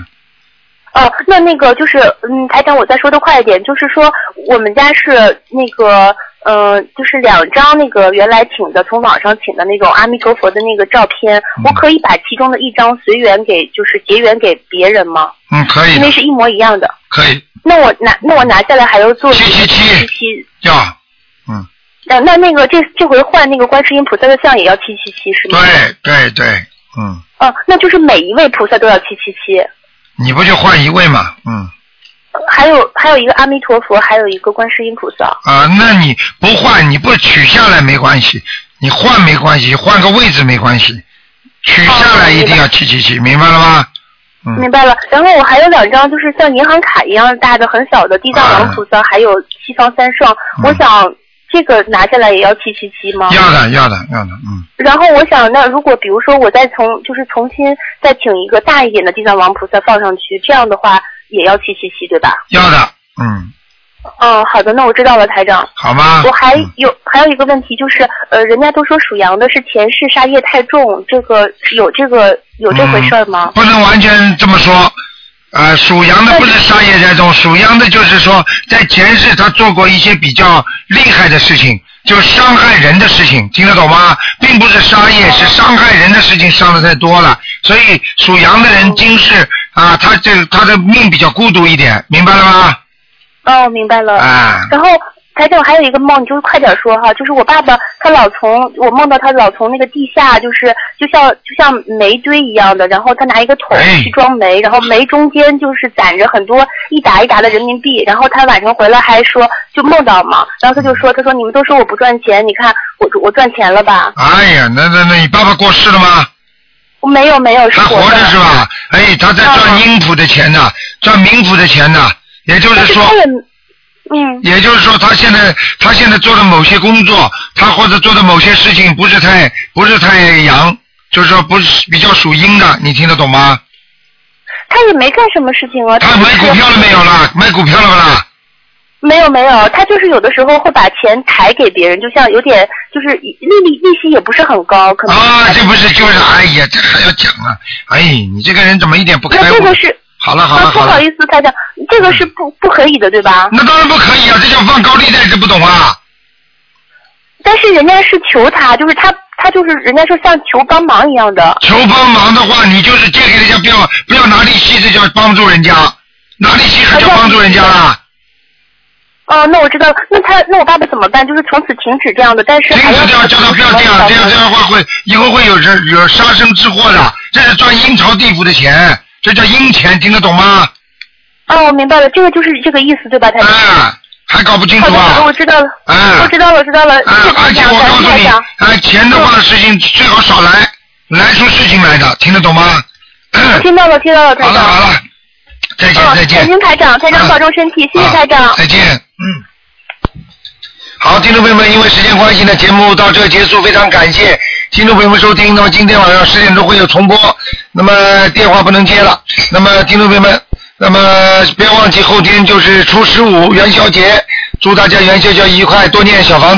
Speaker 12: 哦，那那个就是，嗯，台长，我再说的快一点，就是说我们家是那个，呃，就是两张那个原来请的，从网上请的那种阿弥陀佛的那个照片，
Speaker 1: 嗯
Speaker 12: 我可以把其中的一张随缘给，就是结缘给别人吗？
Speaker 1: 嗯，可以
Speaker 12: 因
Speaker 1: 的
Speaker 12: 为，是一模一样的。
Speaker 1: 可以
Speaker 12: 那我拿，那我拿下来还要做七七
Speaker 1: 七
Speaker 12: 七。
Speaker 1: 要。
Speaker 12: 呃，那那个这这回换那个观世音菩萨的像也要七七七是吗？
Speaker 1: 对对对，嗯，
Speaker 12: 哦、那就是每一位菩萨都要七七七，
Speaker 1: 你不就换一位嘛，嗯。
Speaker 12: 呃还有还有一个阿弥陀佛，还有一个观世音菩萨。
Speaker 1: 啊、那你不换，你不取下来没关系，你换没关系，换个位置没关系，取下来一定要七七七，明白了吗？嗯
Speaker 12: 明白了。然后我还有两张，就是像银行卡一样大的、很小的地藏
Speaker 1: 啊
Speaker 12: 王菩萨，还有西方三圣。我想这个拿下来也要七七七吗？
Speaker 1: 嗯要的，要的，要的，嗯，
Speaker 12: 然后我想，那如果比如说我再从就是重新再请一个大一点的地藏王菩萨放上去，这样的话也要七七七，对吧？
Speaker 1: 要的，嗯，
Speaker 12: 嗯，好的，那我知道了，台长。
Speaker 1: 好嗯吗
Speaker 12: 我还有还有一个问题，就是呃，人家都说属羊的是前世杀业太重，这个是有这个有这回事儿吗？
Speaker 1: 不能完全这么说。呃，属羊的不是杀业在中，属羊的就是说在前世他做过一些比较厉害的事情，就伤害人的事情，听得懂吗？并不是杀业，是伤害人的事情伤的太多了，所以属羊的人今世啊，他这他的命比较孤独一点，明白了吗？
Speaker 12: 哦，明白了。
Speaker 1: 啊
Speaker 12: 然后台长还有一个梦，你就快点说哈，就是我爸爸他老从我梦到他老从那个地下，就是就像就像煤堆一样的，然后他拿一个桶去装煤，然后煤中间就是攒着很多一沓一沓的人民币，然后他晚上回来还说就梦到嘛，然后他就说他说你们都说我不赚钱，你看我我赚钱了吧？
Speaker 1: 哎呀，那那那你爸爸过世了吗？
Speaker 12: 我没有没有是
Speaker 1: 他
Speaker 12: 活嗯
Speaker 1: 活着是吧？哎，他在赚阴府的钱呢，赚冥府的钱呢，也就是说，
Speaker 12: 嗯，
Speaker 1: 也就是说，他现在他现在做的某些工作，他或者做的某些事情不是太不是太阳，就是说不是比较属阴的，你听得懂吗？
Speaker 12: 他也没干什么事情啊。他
Speaker 1: 买股票了没有啦？买股票了不啦？
Speaker 12: 没有没有，他就是有的时候会把钱抬给别人，就像有点就是利利利息也不是很高，可能
Speaker 1: 啊，这不是就是哎呀，这还要讲啊？哎，你这个人怎么一点不开
Speaker 12: 那
Speaker 1: 悟
Speaker 12: 这？个是
Speaker 1: 好了好了
Speaker 12: 啊不
Speaker 1: 好
Speaker 12: 好
Speaker 1: 了
Speaker 12: 意，思，台长，这个是不不可以的，对吧？
Speaker 1: 那当然不可以啊，这叫放高利贷，这不懂啊？
Speaker 12: 但是人家是求他，就是他他就是人家说像求帮忙一样的。
Speaker 1: 求帮忙的话，你就是借给人家，不要不要拿利息，这叫帮助人家，拿利息还叫帮助人家啦？
Speaker 12: 哦，那我知道了，那他那我爸爸怎么办？就是从此停止这样的，但是还要
Speaker 1: 不要叫他不要这样，这样这样的话会以后会有人有杀身之祸的，这是赚阴曹地府的钱，这叫阴钱，听得懂吗？
Speaker 12: 哦，我明白了，这个就是这个意思，对吧，台长？
Speaker 1: 啊还搞不清楚
Speaker 12: 好的好的，
Speaker 1: 啊？
Speaker 12: 我知道了，
Speaker 1: 嗯
Speaker 12: 我知道了，我知道了，谢谢
Speaker 1: 而
Speaker 12: 台
Speaker 1: 且
Speaker 12: 长，
Speaker 1: 我
Speaker 12: 感
Speaker 1: 告
Speaker 12: 谢
Speaker 1: 诉
Speaker 12: 台
Speaker 1: 你
Speaker 12: 长。，
Speaker 1: 哎，钱的话的事情最好少来，来出事情来的，听得懂吗？嗯
Speaker 12: 听到了，听到了，台长。好了好了，
Speaker 1: 再见再见啊
Speaker 12: 感谢台长，台长保重身体，谢谢台长。
Speaker 1: 再见。嗯。好，听众朋友们，因为时间关系呢，节目到这结束，非常感谢听众朋友们收听。那么今天晚上十点钟会有重播，那么电话不能接了。那么听众朋友们，那么别忘记后天就是初十五元宵节，祝大家元宵节愉快，多念小房子。